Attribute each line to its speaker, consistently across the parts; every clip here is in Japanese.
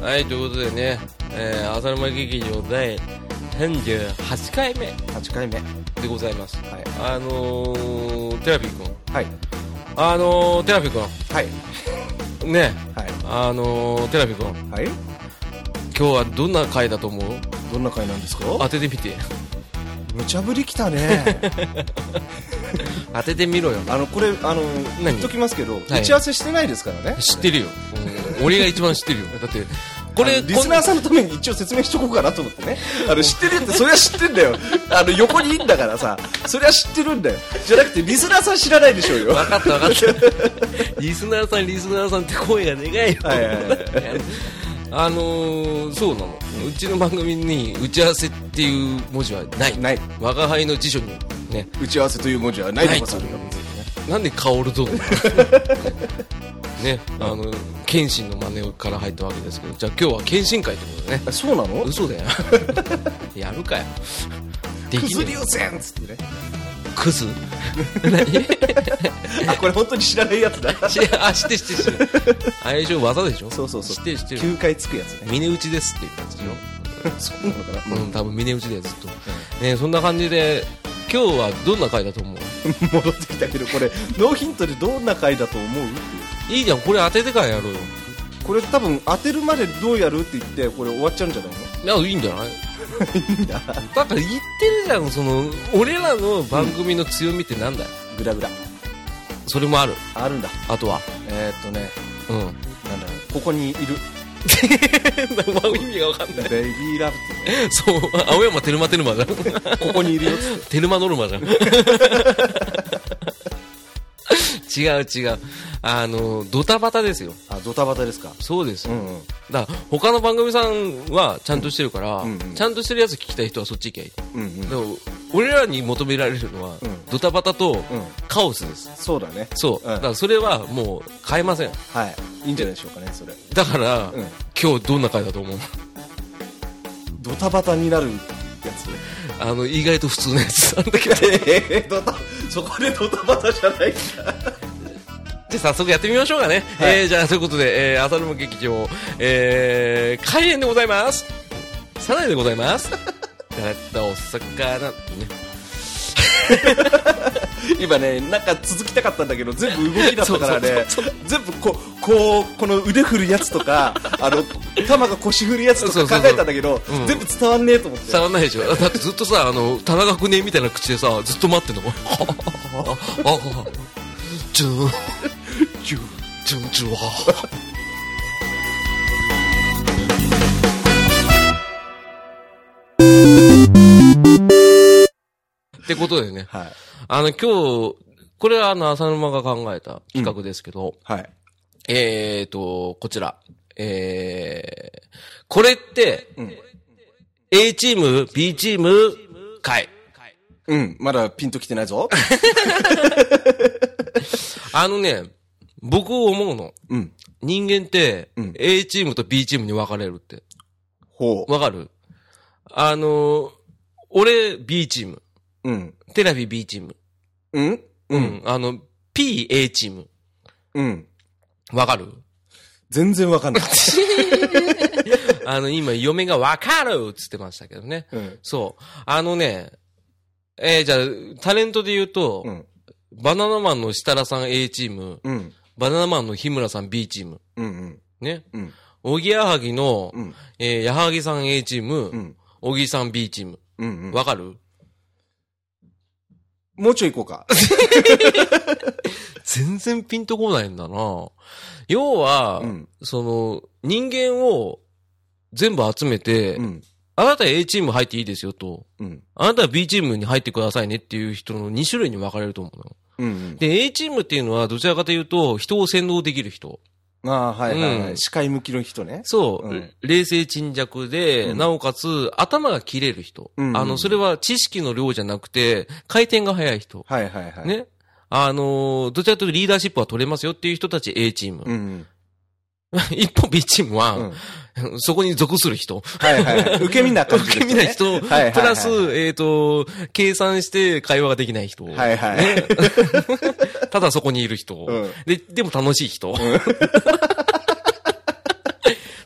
Speaker 1: はい、ということでね、えー、浅沼劇場第38回目
Speaker 2: 8回目は
Speaker 1: でございます。
Speaker 2: い
Speaker 1: あのー、テラフィー君。
Speaker 2: はい
Speaker 1: あのー、テラフィー
Speaker 2: はい
Speaker 1: 君。ね、
Speaker 2: はい
Speaker 1: あのー、テラフィー君。
Speaker 2: はい
Speaker 1: 今日はどんな回だと思う
Speaker 2: どんな回なんですか
Speaker 1: 当ててみて。
Speaker 2: 無茶ぶりき たね
Speaker 1: 当ててみろよ。
Speaker 2: あのこれあの
Speaker 1: 何
Speaker 2: 言っときますけど、
Speaker 1: い
Speaker 2: 打ち合わせしてないですからね
Speaker 1: 知ってるよ。うん俺が一番知ってるよ。だって、こ
Speaker 2: あ
Speaker 1: れ、
Speaker 2: のリスナーさんのために一応説明しとこうかなと思っ てねあの知ってるってそりゃ知ってんだよあの横にいんだからさそりゃ知ってるんだよじゃなくてリスナーさん知らないでしょうよ
Speaker 1: 分かった分かった。 リスナーさん、リスナーさんって声がでかいよ。
Speaker 2: はいはいはい
Speaker 1: あのー、そうなの、うちの番組に打ち合わせっていう文字はない、
Speaker 2: ない
Speaker 1: 我が輩の辞書に、ね、
Speaker 2: 打ち合わせという文字はないでござるよ
Speaker 1: なんで薫と ね、あの謙信の真似から入ったわけですけど、じゃあ今日は謙信会ってことでね、
Speaker 2: あそうなの
Speaker 1: 嘘だよ、 やるかよ、できね
Speaker 2: 薬をせんっつってね
Speaker 1: えク ズ、何
Speaker 2: あこれ本当に知らないやつだ
Speaker 1: 知らあ、知ってる知ってる知ってるあれでしょ、技でしょ、
Speaker 2: そうそうそう
Speaker 1: 知ってる知ってる、
Speaker 2: 9回つくやつね
Speaker 1: 峰打ちですって言ったんですよ。
Speaker 2: そうなのかな、
Speaker 1: うん、多分峰打ちだよずっと、ね、そんな感じで今日はどんな回だと思う
Speaker 2: 戻ってきたけどこれノーヒントでどんな回だと思うっていう
Speaker 1: いいじゃんこれ当ててからやろうよ
Speaker 2: これ多分当てるまでどうやるって言ってこれ終わっちゃうんじゃない
Speaker 1: いやいいんじゃない
Speaker 2: のいいんだ
Speaker 1: だから言ってるじゃんその俺らの番組の強みってなんだよ、
Speaker 2: グダグダ
Speaker 1: それもある
Speaker 2: あるんだ
Speaker 1: あとは
Speaker 2: えー、っとね
Speaker 1: うん
Speaker 2: なんだろうここにいる
Speaker 1: 意味が分かん
Speaker 2: ベイビーラブってね
Speaker 1: そう青山テルマテルマじゃん
Speaker 2: ここにいるよっつって
Speaker 1: テルマノル マじゃん違う違うあのドタバタですよ
Speaker 2: あドタバタですか
Speaker 1: そうです
Speaker 2: う
Speaker 1: よ、
Speaker 2: んうん
Speaker 1: だから他の番組さんはちゃんとしてるから、
Speaker 2: うんうん
Speaker 1: ちゃんとしてるやつ聞きたい人はそっち行きゃいい
Speaker 2: うんうん
Speaker 1: でも俺らに求められるのは、
Speaker 2: うん
Speaker 1: ドタバタと
Speaker 2: うん
Speaker 1: カオスです
Speaker 2: そうだね
Speaker 1: そう、
Speaker 2: うん
Speaker 1: だからそれはもう変えません
Speaker 2: はいいいんじゃないでしょうかねそれ
Speaker 1: だから、
Speaker 2: うん
Speaker 1: 今日どんな回だと思う
Speaker 2: ドタバタになるやつ
Speaker 1: あの意外と普通のやつなんだけど
Speaker 2: え ー、ドタそこでドタバタじゃないか
Speaker 1: じゃあ早速やってみましょうかね、
Speaker 2: はい
Speaker 1: えーじゃあということで、えー、浅沼劇場、えー、開演でございますサナエでございます だったお魚ね
Speaker 2: 今ねなんか続きたかったんだけど全部動きだったからね
Speaker 1: そう
Speaker 2: 全部こうこうこの腕振るやつとか あの玉が腰振るやつ
Speaker 1: そう
Speaker 2: と
Speaker 1: そう
Speaker 2: か
Speaker 1: そう
Speaker 2: 考えたんだけど
Speaker 1: うん
Speaker 2: 全部伝わんねえと思って
Speaker 1: 伝わんないでしょだってずっとさあの田中君ねみたいな口でさずっと待ってんのあああジュンジュンジュンジュンはってことでね
Speaker 2: はい
Speaker 1: あの今日これはあの浅沼が考えた企画ですけど、
Speaker 2: はい
Speaker 1: えーとこちらえー、これって、
Speaker 2: うん
Speaker 1: A チーム B チーム回
Speaker 2: うんまだピンときてな いぞ
Speaker 1: あのね、僕思うの。
Speaker 2: うん
Speaker 1: 人間って
Speaker 2: うん、
Speaker 1: A チームと B チームに分かれるって。
Speaker 2: ほ
Speaker 1: わかるあのー、俺 B チーム。
Speaker 2: ううん
Speaker 1: テラビ B チーム。
Speaker 2: うんう
Speaker 1: うんん。あの、P、A チーム。
Speaker 2: うん
Speaker 1: わか る
Speaker 2: 全然わかんない
Speaker 1: あの、今、嫁がわかるっつってましたけどね。
Speaker 2: うん
Speaker 1: そう。あのね、えーじゃあ、タレントで言うと、
Speaker 2: うん
Speaker 1: バナナマンの設楽さん A チーム、
Speaker 2: うん
Speaker 1: バナナマンの日村さん B チーム。
Speaker 2: うんうん
Speaker 1: ね。
Speaker 2: うん
Speaker 1: おぎやはぎの、
Speaker 2: うん
Speaker 1: えー、矢作さん A チーム、
Speaker 2: うん
Speaker 1: 小木さん B チーム。
Speaker 2: うんうん
Speaker 1: わかる
Speaker 2: もうちょい行こうか
Speaker 1: 全然ピンとこないんだな要は、
Speaker 2: うん
Speaker 1: その、人間を全部集めて、
Speaker 2: うん
Speaker 1: あなた A チーム入っていいですよと、
Speaker 2: うん
Speaker 1: あなたは B チームに入ってくださいねっていう人の2種類に分かれると思うの。
Speaker 2: うん
Speaker 1: で、A チームっていうのはどちらかというと、人を洗脳できる人。
Speaker 2: うんああーはいはいは
Speaker 1: うん
Speaker 2: い視界向きの人ね
Speaker 1: そう、
Speaker 2: うん
Speaker 1: 冷静沈着で、
Speaker 2: うん
Speaker 1: なおかつ頭が切れる人、
Speaker 2: うん
Speaker 1: あの、それは知識の量じゃなくて、回転が速い人。
Speaker 2: はいはいはい
Speaker 1: ね。あのーどちらかというとリーダーシップは取れますよっていう人たち A チーム。
Speaker 2: うんうん
Speaker 1: 一方 B チームは、
Speaker 2: うん
Speaker 1: そこに属する人。
Speaker 2: はいはいはい。受け身な感じ
Speaker 1: 受け身な人、
Speaker 2: はいはいはい
Speaker 1: プラス、えっ、と、計算して会話ができない人。
Speaker 2: はいはい
Speaker 1: ねただそこにいる人、
Speaker 2: うん
Speaker 1: で、でも楽しい人。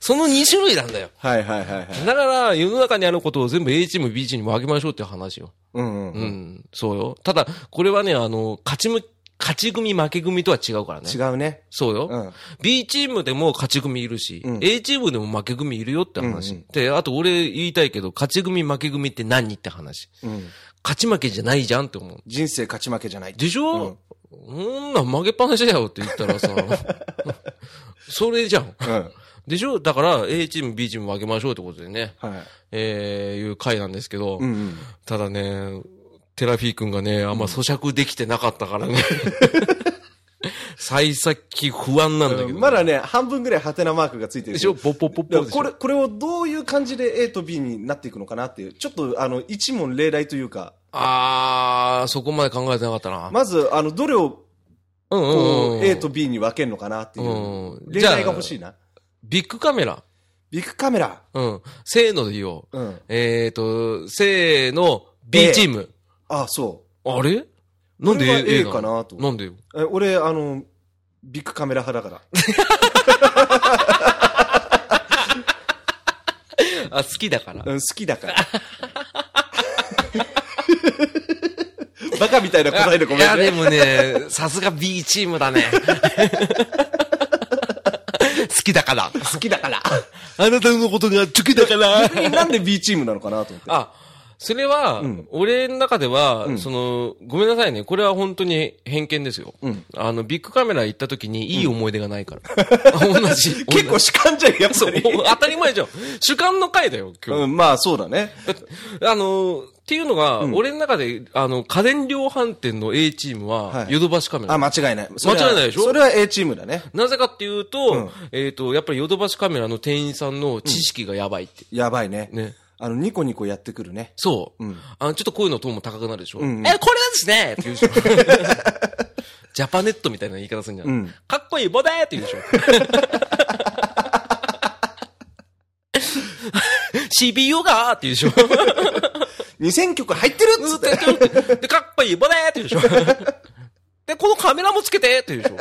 Speaker 1: その2種類なんだよ。
Speaker 2: はいはいはいはい。
Speaker 1: だから、世の中にあることを全部 A チーム、B チーム分けましょうっていう話よ。
Speaker 2: うんう。
Speaker 1: うんん、そうよ。ただ、これはね、あの、勝ちむ、勝ち組、負け組とは違うからね。
Speaker 2: 違うね。
Speaker 1: そうよ、
Speaker 2: うん
Speaker 1: B チームでも勝ち組いるし、
Speaker 2: うん
Speaker 1: A チームでも負け組いるよって話。
Speaker 2: うんうん
Speaker 1: で、あと俺言いたいけど、勝ち組負け組って何って話。
Speaker 2: うん。
Speaker 1: 勝ち負けじゃないじゃんって思う。
Speaker 2: 人生勝ち負けじゃない。
Speaker 1: でしょ、うん、な負けっぱなしだよって言ったら さ、それじゃん。
Speaker 2: うん。はい。
Speaker 1: でしょだから、A チーム、B チーム分けましょうってことでね、えー、いう回なんですけど、
Speaker 2: うんうん。
Speaker 1: ただね、テラフィー君がね、あんま咀嚼できてなかった からね。幸先不安なんだけど、
Speaker 2: まだね、半分ぐらいハテナマークがついてる。
Speaker 1: でしょポッポッポッポ
Speaker 2: だ
Speaker 1: ッで
Speaker 2: から
Speaker 1: しょ
Speaker 2: これ、これをどういう感じで A と B になっていくのかなっていう。ちょっと、あの、一問例題というか、
Speaker 1: あー、そこまで考えてなかったな。
Speaker 2: まず、あの、どれを、
Speaker 1: うんうん
Speaker 2: こ
Speaker 1: うん。。
Speaker 2: う、A と B に分けるのかなっていううん例題が欲しいな。
Speaker 1: ビッグカメラ。
Speaker 2: ビッグカメラ。
Speaker 1: うん。せーので言おう。
Speaker 2: うん。
Speaker 1: えーと、せーの、B チーム。
Speaker 2: あ、そ
Speaker 1: あれなんで
Speaker 2: これは
Speaker 1: A,
Speaker 2: A かなと
Speaker 1: なんでよ。
Speaker 2: う。え俺、あの、ビッグカメラ派だから。
Speaker 1: あ、好きだから。
Speaker 2: うん、好きだから。バカみたいな答えでごめん
Speaker 1: いや、で
Speaker 2: ね。
Speaker 1: もね、さすが B チームだ ね。好きだから。
Speaker 2: 好きだから。
Speaker 1: あなたのことが好きだ から。
Speaker 2: なんで B チームなのかなと思って。
Speaker 1: あ、それは、
Speaker 2: うん
Speaker 1: 俺の中では、
Speaker 2: うん
Speaker 1: その、ごめんなさいね。これは本当に偏見ですよ。
Speaker 2: うん
Speaker 1: あの、ビッグカメラ行った時にいい思い出がない から。同じ。
Speaker 2: 結構
Speaker 1: 同じ、
Speaker 2: 主観じゃん、やっ
Speaker 1: そ
Speaker 2: ぱ
Speaker 1: う
Speaker 2: り。
Speaker 1: 当たり前じゃん。主観の回だよ、今日。
Speaker 2: うん、まあ、そうだね。
Speaker 1: だってあの、っていうのが、
Speaker 2: ん
Speaker 1: 俺の中で、あの、家電量販店の A チーム
Speaker 2: は
Speaker 1: は、
Speaker 2: い
Speaker 1: ヨドバシカメラ。
Speaker 2: あ、間違いない。それは
Speaker 1: 間違いないでしょ
Speaker 2: それは A チームだね。
Speaker 1: なぜかっていうと、
Speaker 2: うん
Speaker 1: えっ、と、やっぱりヨドバシカメラの店員さんの知識がやばいって。
Speaker 2: やばいね。
Speaker 1: ね。
Speaker 2: あの、ニコニコやってくるね。
Speaker 1: そう。
Speaker 2: うん
Speaker 1: あの、ちょっと声のトーンも高くなるでしょ。
Speaker 2: うんうん
Speaker 1: え、これはですねって言うでしょ。 ジャパネットみたいな言い方するんじゃない、
Speaker 2: うん
Speaker 1: かっこいい、ボデーって 言うでしょ。CPU がーって言うでしょ。
Speaker 2: 2000曲入ってるっつって。
Speaker 1: で、かっこいい、ボデーって言うでしょ。で、このカメラもつけてって言うでしょ。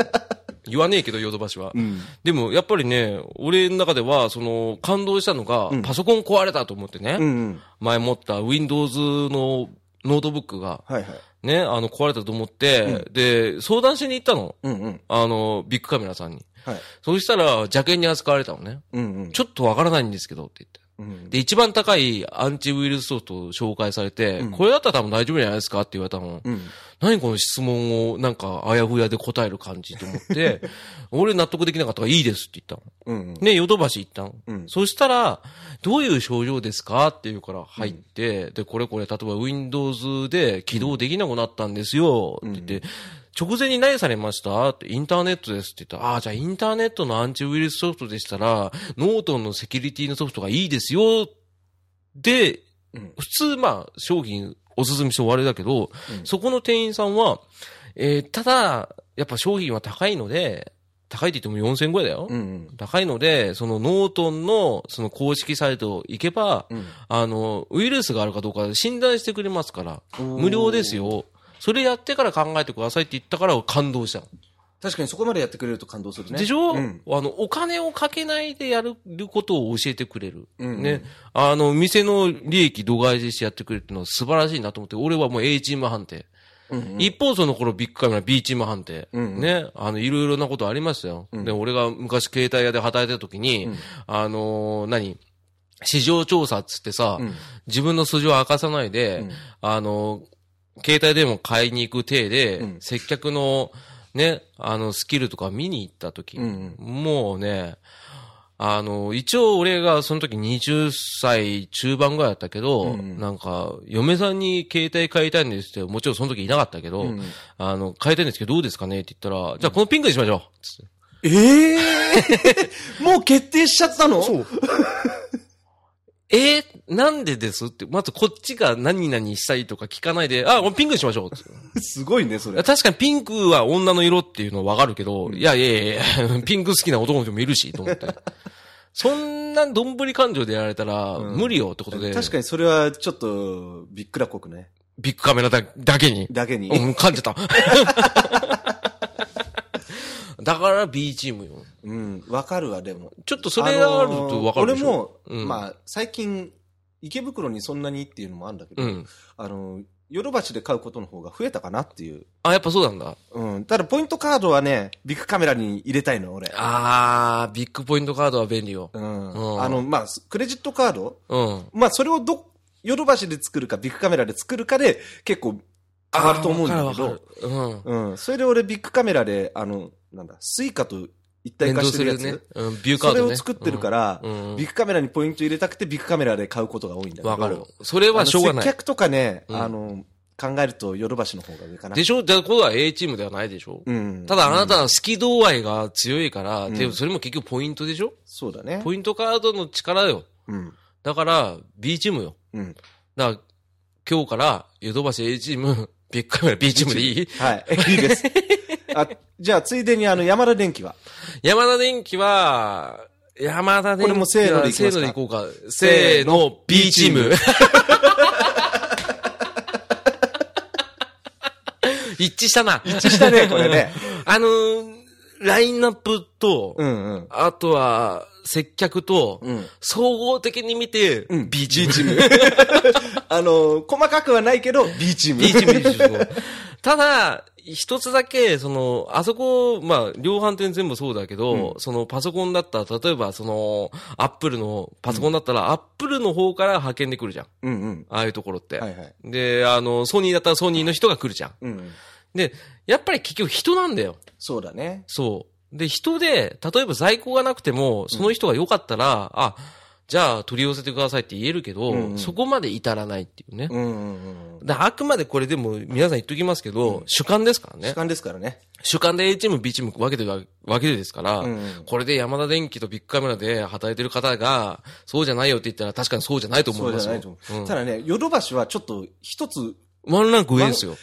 Speaker 1: 言わねえけど、ヨドバシは。
Speaker 2: うん。
Speaker 1: でも、やっぱりね、俺の中では、その、感動したのが、パソコン壊れたと思ってね、
Speaker 2: うんうん。
Speaker 1: 前持った Windows のノートブックが、
Speaker 2: はいはい。
Speaker 1: ね、あの、壊れたと思って、で、相談しに行ったの。
Speaker 2: うんうん。
Speaker 1: あの、ビッグカメラさんに。
Speaker 2: はい。
Speaker 1: そしたら、邪険に扱われたのね。
Speaker 2: うんうん。
Speaker 1: ちょっとわからないんですけど、って言って。
Speaker 2: うん
Speaker 1: で、一番高いアンチウイルスソフトを紹介されて、
Speaker 2: うん
Speaker 1: これだったら多分大丈夫じゃないですかって言われたもん。
Speaker 2: うん。
Speaker 1: 何この質問をなんかあやふやで答える感じと思って、 俺納得できなかったからいいですって言ったの。
Speaker 2: うんうん。
Speaker 1: ね、ヨドバシ行ったの。
Speaker 2: うん
Speaker 1: そしたら、どういう症状ですかっていうから入って、で、これこれ、例えば Windows で起動できなくなったんですよ、って言って、直前に何されましたって、インターネットですって言ったら、ああ、じゃあインターネットのアンチウイルスソフトでしたら、ノートンのセキュリティのソフトがいいですよ、で、
Speaker 2: うん
Speaker 1: 普通、まあ、商品おすすめして終わりだけど、
Speaker 2: うん
Speaker 1: そこの店員さんは、えーただ、やっぱ商品は高いので、高いって言っても4000円だよ。
Speaker 2: うん
Speaker 1: 高いので、そのノートンの、その公式サイト行けば、
Speaker 2: うん。
Speaker 1: あの、ウイルスがあるかどうか診断してくれますから、
Speaker 2: うん。
Speaker 1: 無料です。よ。それやってから考えてくださいって言ったから感動したの。
Speaker 2: 確かにそこまでやってくれると感動するね。
Speaker 1: でしょ、
Speaker 2: うん。
Speaker 1: あの、お金をかけないでやることを教えてくれる。
Speaker 2: うん
Speaker 1: ね。あの、店の利益度外視してやってくれるっていうのは素晴らしいなと思って、俺はもう A チーム判定。
Speaker 2: うん
Speaker 1: 一方その頃ビッグカメラ B チーム判定。
Speaker 2: うんうん
Speaker 1: ね。あの、いろいろなことありましたよ。
Speaker 2: ん
Speaker 1: で、俺が昔携帯屋で働いてた時に、
Speaker 2: うん
Speaker 1: あのー何市場調査っつってさ、
Speaker 2: うん
Speaker 1: 自分の素性を明かさないで、
Speaker 2: うん
Speaker 1: あのー携帯電話を買いに行く体で、
Speaker 2: うん
Speaker 1: 接客の、ね、あの、スキルとか見に行った時、
Speaker 2: うん
Speaker 1: もうね、あの、一応俺がその時20歳中盤ぐらいだったけど、
Speaker 2: うんうん
Speaker 1: なんか、嫁さんに携帯買いたいんですって、もちろんその時いなかったけど、
Speaker 2: うんうん
Speaker 1: あの、買いたいんですけどどうですかねって言ったら、じゃあこのピンクにしましょうつって
Speaker 2: ええもう決定しちゃったのそう。
Speaker 1: えーなんでですって、まずこっちが何々したいとか聞かないで、あ、もうピンクにしましょうつって。
Speaker 2: すごいね、それ。
Speaker 1: 確かにピンクは女の色っていうのはわかるけど、いやいやいやいや、 ピンク好きな男の人もいるし、と思って。そんなどんぶり感情でやられたら、
Speaker 2: うん
Speaker 1: 無理よってことで、
Speaker 2: 確かにそれはちょっと、びっくらこくね。
Speaker 1: ビッグカメラだだけに。
Speaker 2: だけに。
Speaker 1: うん、噛んじゃった。 だから B チームよ。
Speaker 2: うん、わかるわ、でも。
Speaker 1: ちょっとそれがあるとわかるでしょ。
Speaker 2: 俺も、
Speaker 1: うん
Speaker 2: まあ、最近、池袋にそんなにっていうのもあるんだけど、
Speaker 1: うん。
Speaker 2: あの、ヨドバシで買うことの方が増えたかなっていう。
Speaker 1: あ、やっぱそうなんだ。
Speaker 2: うん。ただ、ポイントカードはね、ビッグカメラに入れたいの、俺。
Speaker 1: あー、ビッグポイントカードは便利よ。
Speaker 2: うん。
Speaker 1: うん
Speaker 2: あの、まあ、クレジットカード
Speaker 1: うん。
Speaker 2: まあ、それをど、ヨドバシで作るか、ビッグカメラで作るかで、結構、変わると思うんだけ
Speaker 1: あーわか、
Speaker 2: ど
Speaker 1: るわかる
Speaker 2: うん。それで俺、ビッグカメラで、あの、なんだ、スイカと
Speaker 1: う
Speaker 2: 一
Speaker 1: ん。
Speaker 2: 体
Speaker 1: 連
Speaker 2: 化
Speaker 1: 動
Speaker 2: して
Speaker 1: す
Speaker 2: るや
Speaker 1: る
Speaker 2: つ。
Speaker 1: ね。うん、ビューカー
Speaker 2: そ
Speaker 1: ドね。。
Speaker 2: れを作ってるからら、
Speaker 1: うん
Speaker 2: ビッグカメラにポイント入れたくて、ビッグカメラで買うことが多いんだけど。
Speaker 1: わかる。それはしょうがな
Speaker 2: あの接
Speaker 1: い。
Speaker 2: 客とかね、
Speaker 1: うん
Speaker 2: あの、考えると、ヨドバシの方が上かな。
Speaker 1: でしょってことは A チームではないでしょ
Speaker 2: うん。
Speaker 1: ただあなたは好き度合いが強いから、
Speaker 2: ん
Speaker 1: でもそれも結局ポイントでしょ
Speaker 2: そうだね。
Speaker 1: ポイントカードの力よ。
Speaker 2: うん。
Speaker 1: だから、B チームよ。
Speaker 2: うん。
Speaker 1: だから、今日から、ヨドバシ A チーム、 ビッグカメラ B チームでいい
Speaker 2: はい。いい です。あ、じゃあ、ついでに、あの、山田 電機は。
Speaker 1: 山田電機は、山田電機は、
Speaker 2: これもせーのでいき
Speaker 1: せ
Speaker 2: ま
Speaker 1: ー
Speaker 2: すか
Speaker 1: のでいこうか。せーの、B チー ム。一致したな。
Speaker 2: 一致したね、これね。
Speaker 1: あのー、ラインナップと、
Speaker 2: うんうん。
Speaker 1: あとは、接客と、
Speaker 2: うん
Speaker 1: 総合的に見て、
Speaker 2: ん
Speaker 1: B チーム。
Speaker 2: あの、細かくはないけど、B チーム。
Speaker 1: B チーム B チーム ただ、一つだけ、その、あそこ、まあ、量販店全部そうだけど、そのパソコンだったら、例えばその、アップルの、パソコンだったら、アップルの方から派遣で来るじゃん。
Speaker 2: うんうん。
Speaker 1: ああいうところって。
Speaker 2: はいはい。
Speaker 1: で、あの、ソニーだったらソニーの人が来るじゃん。
Speaker 2: うんうん。
Speaker 1: で、やっぱり結局人なんだよ。
Speaker 2: そうだね。
Speaker 1: そう。で、人で、例えば在庫がなくても、その人が良かったら、あ、じゃあ取り寄せてくださいって言えるけど、
Speaker 2: うんうん
Speaker 1: そこまで至らないっていうね。
Speaker 2: うんうんうんうん。
Speaker 1: だからあくまでこれでも皆さん言っときますけど、主観ですから
Speaker 2: 主
Speaker 1: ね。
Speaker 2: 観ですからね。
Speaker 1: 主観で A チーム、B チーム分けてるわ分けてですから、
Speaker 2: うんうん
Speaker 1: これで山田電機とビッグカメラで働いてる方が、そうじゃないよって言ったら確かにそうじゃないと
Speaker 2: そ
Speaker 1: 思いうま
Speaker 2: じ
Speaker 1: す
Speaker 2: ゃ
Speaker 1: よ。
Speaker 2: ないと思う。
Speaker 1: うん
Speaker 2: ただね、ヨドバシはちょっと、一つ、
Speaker 1: ワンランク上ですよ。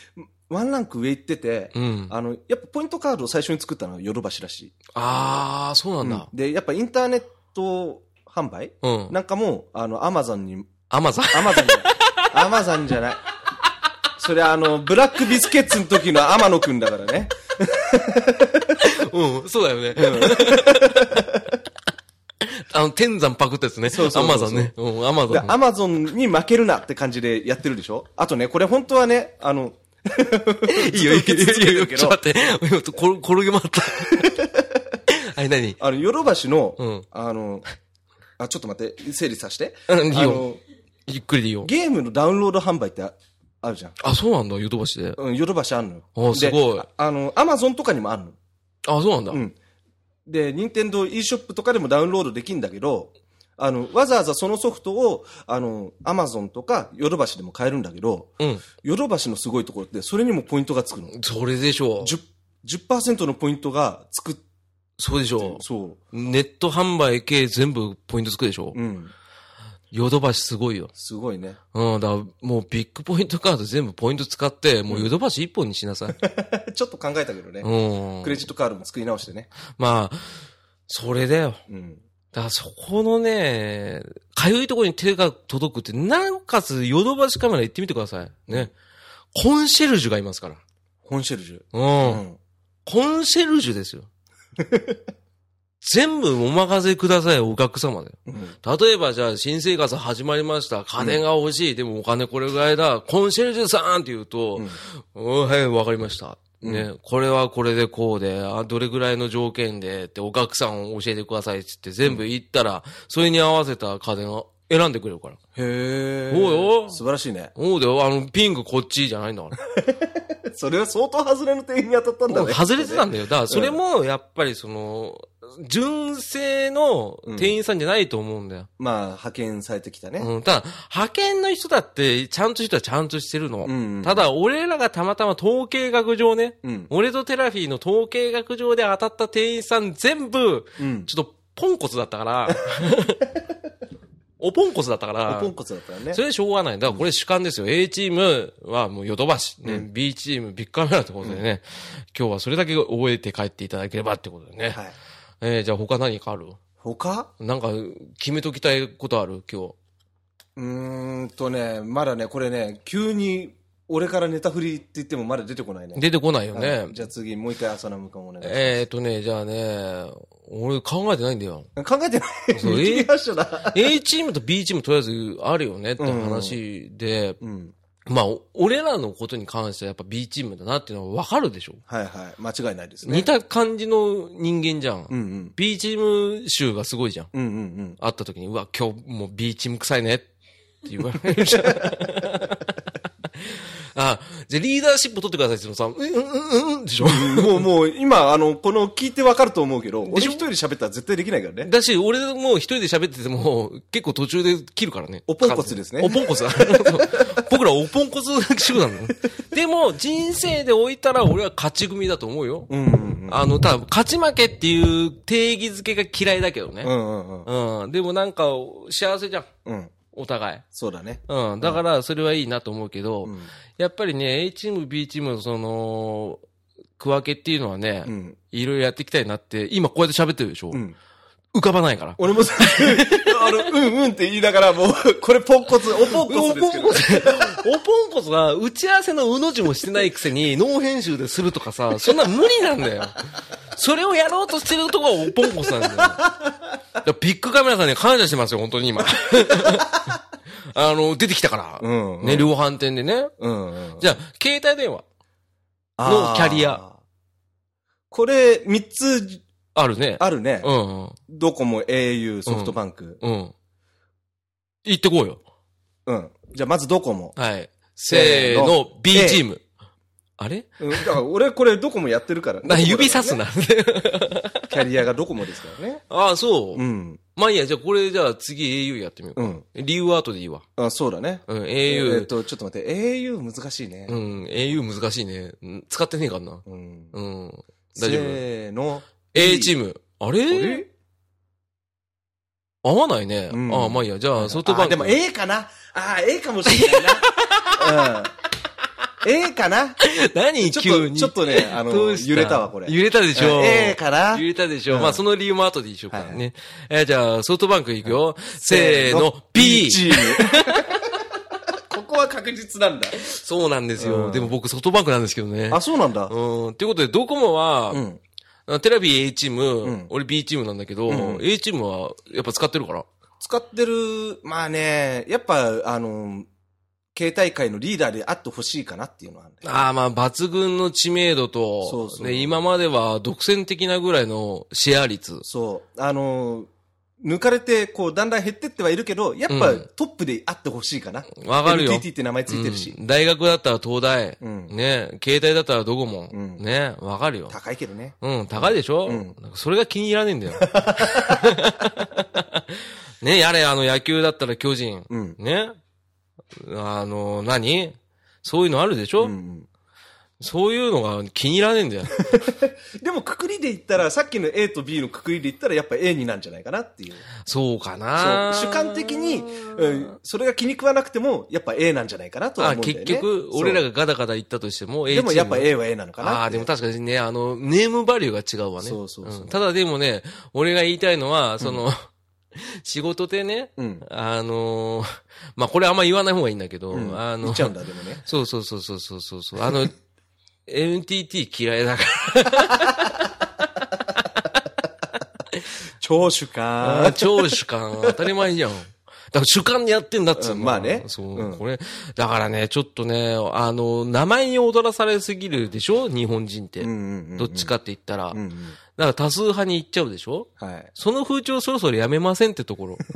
Speaker 2: ワンランク上行ってて、
Speaker 1: うん。
Speaker 2: あの、やっぱポイントカードを最初に作ったのはヨドバシらしい。
Speaker 1: あー、そうなんだ。
Speaker 2: で、やっぱインターネット販売
Speaker 1: うん。
Speaker 2: なんかも、あの、アマゾンに、
Speaker 1: アマザン。
Speaker 2: アマゾンじゃない。アマゾンじゃない。それあの、ブラックビスケッツの時の天野くんだからね。
Speaker 1: うん、そうだよね。 あの、天山パクったやつね。
Speaker 2: そうそうそうそ
Speaker 1: アマ
Speaker 2: う
Speaker 1: ゾンね。うん、アマゾ
Speaker 2: で、
Speaker 1: ンね。
Speaker 2: アマゾンに負けるなって感じでやってるでしょあとね、これ本当はね、あの、
Speaker 1: いいよ、いいよ、い
Speaker 2: 続け
Speaker 1: い
Speaker 2: て
Speaker 1: よ、
Speaker 2: る
Speaker 1: ち
Speaker 2: け
Speaker 1: ょ
Speaker 2: ど
Speaker 1: っと待って。 今転転げ回 った。あれ何
Speaker 2: あの、ヨドバシの、
Speaker 1: うん
Speaker 2: あの、あ、ちょっと待って、整理させて。
Speaker 1: うんいいよ
Speaker 2: あの、
Speaker 1: ゆっくりでいいよ。
Speaker 2: ゲームのダウンロード販売ってああるじゃん。
Speaker 1: あ、そうなんだ、ヨドバシで。
Speaker 2: うん、ヨドバシあんのよ。
Speaker 1: おすごい
Speaker 2: であの、アマゾンとかにもあるの。
Speaker 1: あ、そうなんだ。
Speaker 2: うん。で、任天堂 e ショップとかでもダウンロードできるんだけど、あの、わざわざそのソフトを、あの、アマゾンとかヨドバシでも買えるんだけど、
Speaker 1: うん。
Speaker 2: ヨドバシのすごいところって、それにもポイントがつくの。
Speaker 1: それでしょう。
Speaker 2: 10、10%のポイントがつくって
Speaker 1: そうでし
Speaker 2: いう
Speaker 1: ょ。
Speaker 2: そう
Speaker 1: ネット販売系全部ポイントつくでしょ
Speaker 2: う。うん。
Speaker 1: ヨドバシすごいよ。
Speaker 2: すごいね。
Speaker 1: うん、だからもうビッグポイントカード全部ポイント使って、もうヨドバシ一本にしな さい。
Speaker 2: ちょっと考えたけどね。
Speaker 1: うん
Speaker 2: ク。レジットカードも作り直してね。
Speaker 1: まあ、それだよ。
Speaker 2: うん。
Speaker 1: だからそこのね、かゆいところに手が届くって、なおかつヨドバシカメラ行ってみてください。ね。コンシェルジュがいますから。
Speaker 2: コンシェルジュ。
Speaker 1: うん。
Speaker 2: うん。
Speaker 1: コンシェルジュですよ。全部お任せください、お客様で。
Speaker 2: うん
Speaker 1: 例えばじゃあ新生活始まりました。金が欲しい。でもお金これぐらいだ。コンシェルジュさんって言うと、うん、はい、わかりました。
Speaker 2: うん
Speaker 1: ね、これはこれでこうで、あ、どれぐらいの条件でってお客さんを教えてくださいってって全部言ったら、それに合わせた家電を選んでくれるから。
Speaker 2: へえ。
Speaker 1: おうよ
Speaker 2: 素晴らしいね。
Speaker 1: そうだよ、あの、ピンクこっちじゃないんだから。
Speaker 2: それは相当外れの点に当たったんだね。
Speaker 1: 外れてたんだよ。だから、それも、やっぱり、その、純正の店員さんじゃないと思うんだよ。
Speaker 2: まあ、派遣されてきたね。
Speaker 1: うん。ただ、派遣の人だって、ちゃんと人はちゃんとしてるの。
Speaker 2: うん
Speaker 1: ただ、俺らがたまたま統計学上ね、
Speaker 2: うん。
Speaker 1: 俺とテラフィーの統計学上で当たった店員さん全部、
Speaker 2: うん。
Speaker 1: ちょっと、ポンコツだった から、おポンコツだったから
Speaker 2: ポ、ンコツだったらね
Speaker 1: そ。れはしょうがない。だからこれ主観ですよ。A チームはもうヨドバシ、ね B チームビッグカメラってことでね、今日はそれだけ覚えて帰っていただければってことでね。
Speaker 2: はい。
Speaker 1: えー、じゃあ他何かある
Speaker 2: 他
Speaker 1: なんか決めときたいことある今日。
Speaker 2: うーんとね、まだね、これね、急に俺からネタ振りって言ってもまだ出てこないね。
Speaker 1: 出てこないよ
Speaker 2: は
Speaker 1: ね
Speaker 2: い。じゃあ次、もう一回浅野向かもお願いします。
Speaker 1: えーっとね、じゃあね、俺考えてないんだよ。
Speaker 2: 考えてない。
Speaker 1: そう
Speaker 2: 見切り発車だ。
Speaker 1: A チームと B チームとりあえずあるよねって話で、
Speaker 2: うん。
Speaker 1: まあ、お俺らのことに関してはやっぱ B チームだなっていうのはわかるでしょ、
Speaker 2: はいはい。間違いないですね。
Speaker 1: 似た感じの人間じゃん。
Speaker 2: うんうん。
Speaker 1: B チーム集がすごいじゃん。
Speaker 2: うんうんうん。
Speaker 1: 会った時に、うわ、今日もう B チーム臭いねって言われるじゃん。あ、じゃあリーダーシップ取ってくださいって言ってもさ、うん、うん、うん、うんでしょ
Speaker 2: もう、もう、今、あの、この、聞いてわかると思うけど、
Speaker 1: で
Speaker 2: 俺
Speaker 1: しょ
Speaker 2: 一人で喋ったら絶対できないからね。
Speaker 1: だし、俺もう一人で喋ってても、結構途中で切るからね。
Speaker 2: おポンコツですね
Speaker 1: おポンコツ。僕らおポンコツ主婦なの。でも、人生で置いたら俺は勝ち組だと思うよ。
Speaker 2: うんうん
Speaker 1: あの、ただ、勝ち負けっていう定義づけが嫌いだけど
Speaker 2: うん。う
Speaker 1: ね。
Speaker 2: んうんうん。
Speaker 1: うん。でもなんか、幸せじゃん。
Speaker 2: うん。
Speaker 1: お互い。
Speaker 2: そうだね。
Speaker 1: うん。だから、それはいいなと思うけど、
Speaker 2: うん。
Speaker 1: やっぱりね、A チーム、B チームのその、区分けっていうのはね、
Speaker 2: うん。
Speaker 1: いろいろやっていきたいなって、今こうやって喋ってるでしょ、
Speaker 2: うん。
Speaker 1: 浮かばないから。
Speaker 2: 俺もさ、あの、うんうんって言いながら、もう、これポンコツ、おポンコ
Speaker 1: お
Speaker 2: ツです
Speaker 1: ポ
Speaker 2: け
Speaker 1: ン
Speaker 2: ど
Speaker 1: コ。ツ、 おポンコツが打ち合わせのうの字もしてないくせに、ノー編集でするとかさ、そんな無理なんだよ。それをやろうとしてるとこがおポンコツなんだよ。だからビッグカメラさんに感謝してますよ、本当 に今。あの、出てきたから。
Speaker 2: うんうん
Speaker 1: ね、量販店でね。
Speaker 2: うんうん。
Speaker 1: じゃあ、携帯電話
Speaker 2: あー
Speaker 1: のキャリア。
Speaker 2: これ、三つ
Speaker 1: あるね。
Speaker 2: あるね。
Speaker 1: うんうん。
Speaker 2: ドコモ、au、ソフトバンク。
Speaker 1: うん。行ってこうよ。
Speaker 2: うん。じゃあ、まずドコモ。
Speaker 1: はい。せーの、B
Speaker 2: ええ
Speaker 1: チーム。あれ
Speaker 2: うん。だから、俺、これ、ドコモやってるから。
Speaker 1: な指さす
Speaker 2: な。
Speaker 1: な。
Speaker 2: キャリアがドコモですからね。
Speaker 1: ああ、そう。
Speaker 2: うん。
Speaker 1: まあいいや、じゃあこれじゃあ次 au やってみよう
Speaker 2: う
Speaker 1: か。
Speaker 2: ん。
Speaker 1: 理由は後でいいわ。
Speaker 2: あ、そうだね。
Speaker 1: うん、
Speaker 2: えーっ
Speaker 1: au。
Speaker 2: と、ちょっと待って、au 難しいね
Speaker 1: う。ん、au 難しいね。うん使ってねえからな。
Speaker 2: うん。
Speaker 1: うん。
Speaker 2: せ
Speaker 1: 大丈夫。
Speaker 2: ーの。
Speaker 1: A チーム。あれ
Speaker 2: え
Speaker 1: 合わないね。
Speaker 2: うん
Speaker 1: ああ、まあいいや。じゃあソフトバンク。
Speaker 2: でも A かなあー、A かもしれないな。うん。A かな
Speaker 1: 何
Speaker 2: ちょ っ
Speaker 1: 急
Speaker 2: と、
Speaker 1: に。
Speaker 2: ちょっとね、あ
Speaker 1: ど
Speaker 2: の、
Speaker 1: うした
Speaker 2: 揺れたわ、これ。
Speaker 1: 揺れたでしょ。
Speaker 2: ええかな
Speaker 1: 揺れたでしょ。
Speaker 2: うん
Speaker 1: まあその理由も後でいいでしょうから
Speaker 2: はいは
Speaker 1: ね。えーじゃあソフトバンクいくよ。せーの、B!
Speaker 2: チーム。ここは確実なんだ。
Speaker 1: そうなんです
Speaker 2: う
Speaker 1: よ。
Speaker 2: ん
Speaker 1: でも僕ソフトバンクなんですけどね。
Speaker 2: あ、そうなんだ。
Speaker 1: うん。ということで、ドコモは、
Speaker 2: うん。
Speaker 1: あテレビ A チーム、
Speaker 2: ん
Speaker 1: 俺 B チームなんだけど、
Speaker 2: うん
Speaker 1: A チームはやっぱ使ってるから。
Speaker 2: 使ってる、まあね、やっぱ、あの、携帯界のリーダーであってほしいかなっていうのはあるんだよ
Speaker 1: ああ、まあ、抜群の知名度と、
Speaker 2: そうそう
Speaker 1: ね、今までは独占的なぐらいのシェア率。
Speaker 2: そう。あの、抜かれて、こう、だんだん減ってってはいるけど、やっぱ
Speaker 1: うん
Speaker 2: トップであってほしいかな。
Speaker 1: わかるよ。
Speaker 2: NTT って名前ついてるし。
Speaker 1: うん大学だったら東大、
Speaker 2: うん
Speaker 1: ね、携帯だったらドコモ、
Speaker 2: うん
Speaker 1: ね、わかるよ。
Speaker 2: 高いけどね。
Speaker 1: うん、高いでしょ、
Speaker 2: うん
Speaker 1: なんかそれが気に入らねえんだよ。 ね、やれ、あの野球だったら巨人、
Speaker 2: うん。
Speaker 1: ね、あの、何そういうのあるでしょ、
Speaker 2: うんうん
Speaker 1: そういうのが気に入らねえんだ よ。
Speaker 2: でも、くくりで言ったら、さっきの A と B のくくりで言ったら、やっぱ A になんじゃないかなっていう。
Speaker 1: そうか
Speaker 2: そう
Speaker 1: な。
Speaker 2: 主観的に、うん、それが気に食わなくても、やっぱ A なんじゃないかなとは
Speaker 1: あ、
Speaker 2: 思うんだよ
Speaker 1: 結
Speaker 2: ね。
Speaker 1: 局、俺ら
Speaker 2: が。
Speaker 1: がガタガタ言ったとしても、A
Speaker 2: でもやっぱ
Speaker 1: チーム
Speaker 2: A は A なのかなって。
Speaker 1: ああー、でも確かにね、あの、ネームバリューが違うわね。
Speaker 2: そうそうそうん
Speaker 1: ただでもね、俺が言いたいのは、その、 仕事でね、
Speaker 2: うん。
Speaker 1: あのー まあ、これあんま言わない方がいいんだけど、
Speaker 2: うん
Speaker 1: あ
Speaker 2: 言
Speaker 1: の
Speaker 2: っち、ゃうんだ、でもね。
Speaker 1: そうそうそうそうそうそうそう、あの、NTT 嫌いだから。
Speaker 2: 長主
Speaker 1: あー
Speaker 2: 観。
Speaker 1: 超主観、当たり前じゃん。だから主観でやってんだっつうの
Speaker 2: うんまあね
Speaker 1: そう、
Speaker 2: うん
Speaker 1: これ。だからね、ちょっとね、あの、名前に踊らされすぎるでしょ日本人って。
Speaker 2: うんうんうん。
Speaker 1: どっち。かって言ったら。
Speaker 2: うん
Speaker 1: だ
Speaker 2: うん。
Speaker 1: から多数派に行っちゃうでしょ
Speaker 2: はい。
Speaker 1: その風潮そろそろやめませんってところ。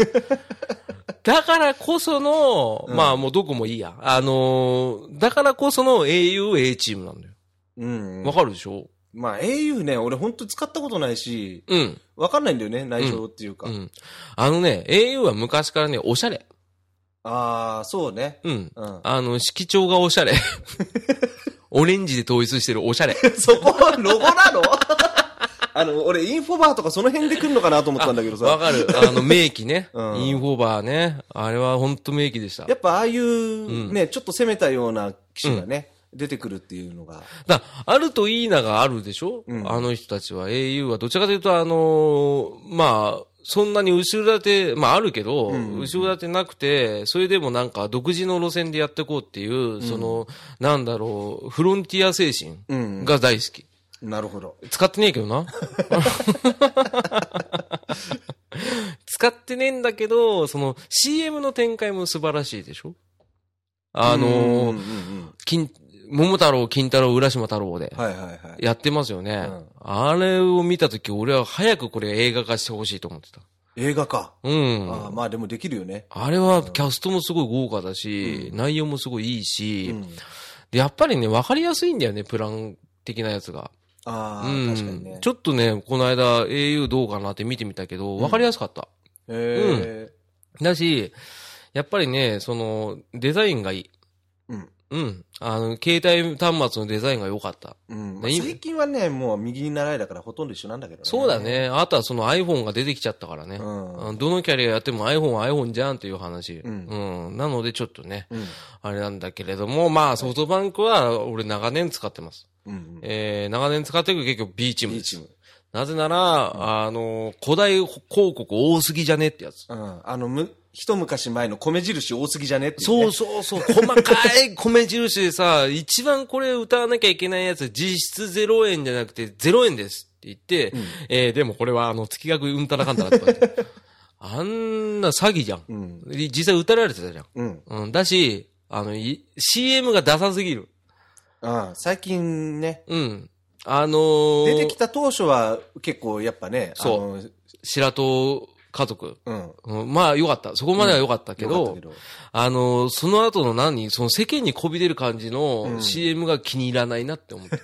Speaker 1: だからこその、まあもうどこもいいや。あのーだからこその au, A チームなんだよ。
Speaker 2: うんう
Speaker 1: わ
Speaker 2: ん。
Speaker 1: かるでしょ
Speaker 2: まあ au ね、俺ほんと使ったことないし、
Speaker 1: うん。
Speaker 2: わかんないんだよね、内情っていうか。
Speaker 1: うん。あのね、au は昔からね、おしゃれ。
Speaker 2: ああ、そうね。
Speaker 1: うん。
Speaker 2: うん。
Speaker 1: あの、色調がおしゃ れ。オレンジで統一してるおしゃれ。
Speaker 2: そこはロゴ なのあの、俺、インフォバーとかその辺で来るのかなと思ったんだけど
Speaker 1: わ
Speaker 2: さ。
Speaker 1: かる。あの、名機ね。
Speaker 2: うん
Speaker 1: インフォバーね。あれは本当名機でした。
Speaker 2: やっぱああい
Speaker 1: ん
Speaker 2: う、ね、ちょっと攻めたような機種がね、出てくるっていうのが。
Speaker 1: だあるといいながあるでしょ、
Speaker 2: うん
Speaker 1: あの人たちは。au はどちらかというと、あのーまあ、そんなに後ろ盾、まああるけど、後ろ盾なくて、それでもなんか独自の路線でやっていこうっていう、その、なんだろう、フロンティア精神が大好き。
Speaker 2: なるほど。
Speaker 1: 使ってねえけどな。使ってねえんだけど、その CM の展開も素晴らしいでしょあの
Speaker 2: うんうん
Speaker 1: ー、
Speaker 2: うん
Speaker 1: 金、桃太郎、金太郎、浦島太郎で
Speaker 2: うん、はいはいはい。
Speaker 1: やってますよね。
Speaker 2: ん
Speaker 1: あれを見たとき、俺は早くこれ映画化してほしいと思ってた。
Speaker 2: 映画か。
Speaker 1: うん。
Speaker 2: ああまあでもできるよね。
Speaker 1: あれはキャストもすごい豪華だし、内容もすごいいいし、でやっぱりね、わかりやすいんだよね、プラン的なやつが。
Speaker 2: ああ、
Speaker 1: うん
Speaker 2: 確かにね。
Speaker 1: ちょっとね、この間 au どうかなって見てみたけど、わかりやすかった。
Speaker 2: え
Speaker 1: だし、やっぱりね、その、デザインがいい。
Speaker 2: ーうん。
Speaker 1: うん。あの、携帯端末のデザインが良かった。
Speaker 2: うん。まあ
Speaker 1: ね
Speaker 2: 最近はね、もう右に習いだからほとんど一緒なんだけどね。
Speaker 1: そうだ。ね。あとはその iPhone が出てきちゃったからね
Speaker 2: う。ん。
Speaker 1: うんどのキャリアやっても iPhone は iPhone じゃんっていう話。
Speaker 2: うん
Speaker 1: うん。なのでちょっとね、
Speaker 2: うん。
Speaker 1: あれなんだけれども、まあソフトバンクは俺長年使ってます。
Speaker 2: うん。
Speaker 1: えー、長年使ってるけど結局 B チーム
Speaker 2: B
Speaker 1: で
Speaker 2: チー
Speaker 1: す
Speaker 2: ム。。
Speaker 1: なぜなら、あの、古代広告多すぎじゃねってやつ。
Speaker 2: うん。あの、む、一昔前の米印多すぎじゃねっていうね。
Speaker 1: そうそうそう、細かい米印でさ、 一番これ歌わなきゃいけないやつ、実質0円じゃなくて0円ですって言って、えーでもこれはあの月額うんたらかんたらとか言 ってあんな詐欺じゃん。
Speaker 2: うん。
Speaker 1: 実際歌られてたじゃん。
Speaker 2: うん。
Speaker 1: うん、だし、あの、い CM がダサすぎる。
Speaker 2: ああ最近ね、
Speaker 1: うん。あのー、
Speaker 2: 出てきた当初は結構やっぱね、あの
Speaker 1: 白戸家族。
Speaker 2: うん。
Speaker 1: うん、まあ、良かった。そこまでは良かったけ
Speaker 2: よ
Speaker 1: ど、
Speaker 2: かったけど
Speaker 1: あのー、その後の何その世間にこび出る感じ
Speaker 2: う
Speaker 1: の
Speaker 2: ん
Speaker 1: CM が気に入らないなって思 って。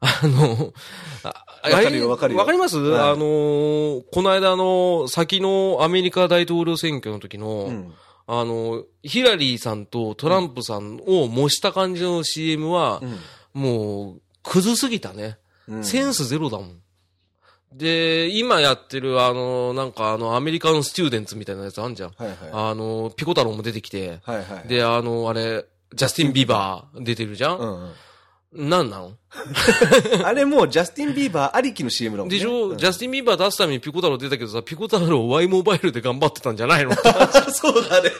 Speaker 1: あの、あ
Speaker 2: わかる
Speaker 1: あれ
Speaker 2: よわかるよ
Speaker 1: わかります、
Speaker 2: はい
Speaker 1: あのー、この間の、先のアメリカ大統領選挙の時の、
Speaker 2: うん。
Speaker 1: あの、ヒラリーさんとトランプさんを模した感じの CM は、もう、クズすぎたね。
Speaker 2: うん
Speaker 1: センスゼロだもん。で、今やってる、あの、なんかあの、アメリカのスチューデンツみたいなやつあんじゃん。
Speaker 2: はいはい。
Speaker 1: あの、ピコ太郎も出てきて、
Speaker 2: はいはい。、
Speaker 1: で、あの、あれ、ジャスティン・ビーバー出てるじゃ、
Speaker 2: うんんうん。
Speaker 1: なんなの
Speaker 2: あれもうジャスティン・ビーバーありきの CM だもんね。
Speaker 1: でしょ、
Speaker 2: うん
Speaker 1: ジャスティン・ビーバー出すためにピコ太郎出たけどさ、ピコ太郎 Y モバイルで頑張ってたんじゃないの
Speaker 2: そうだね。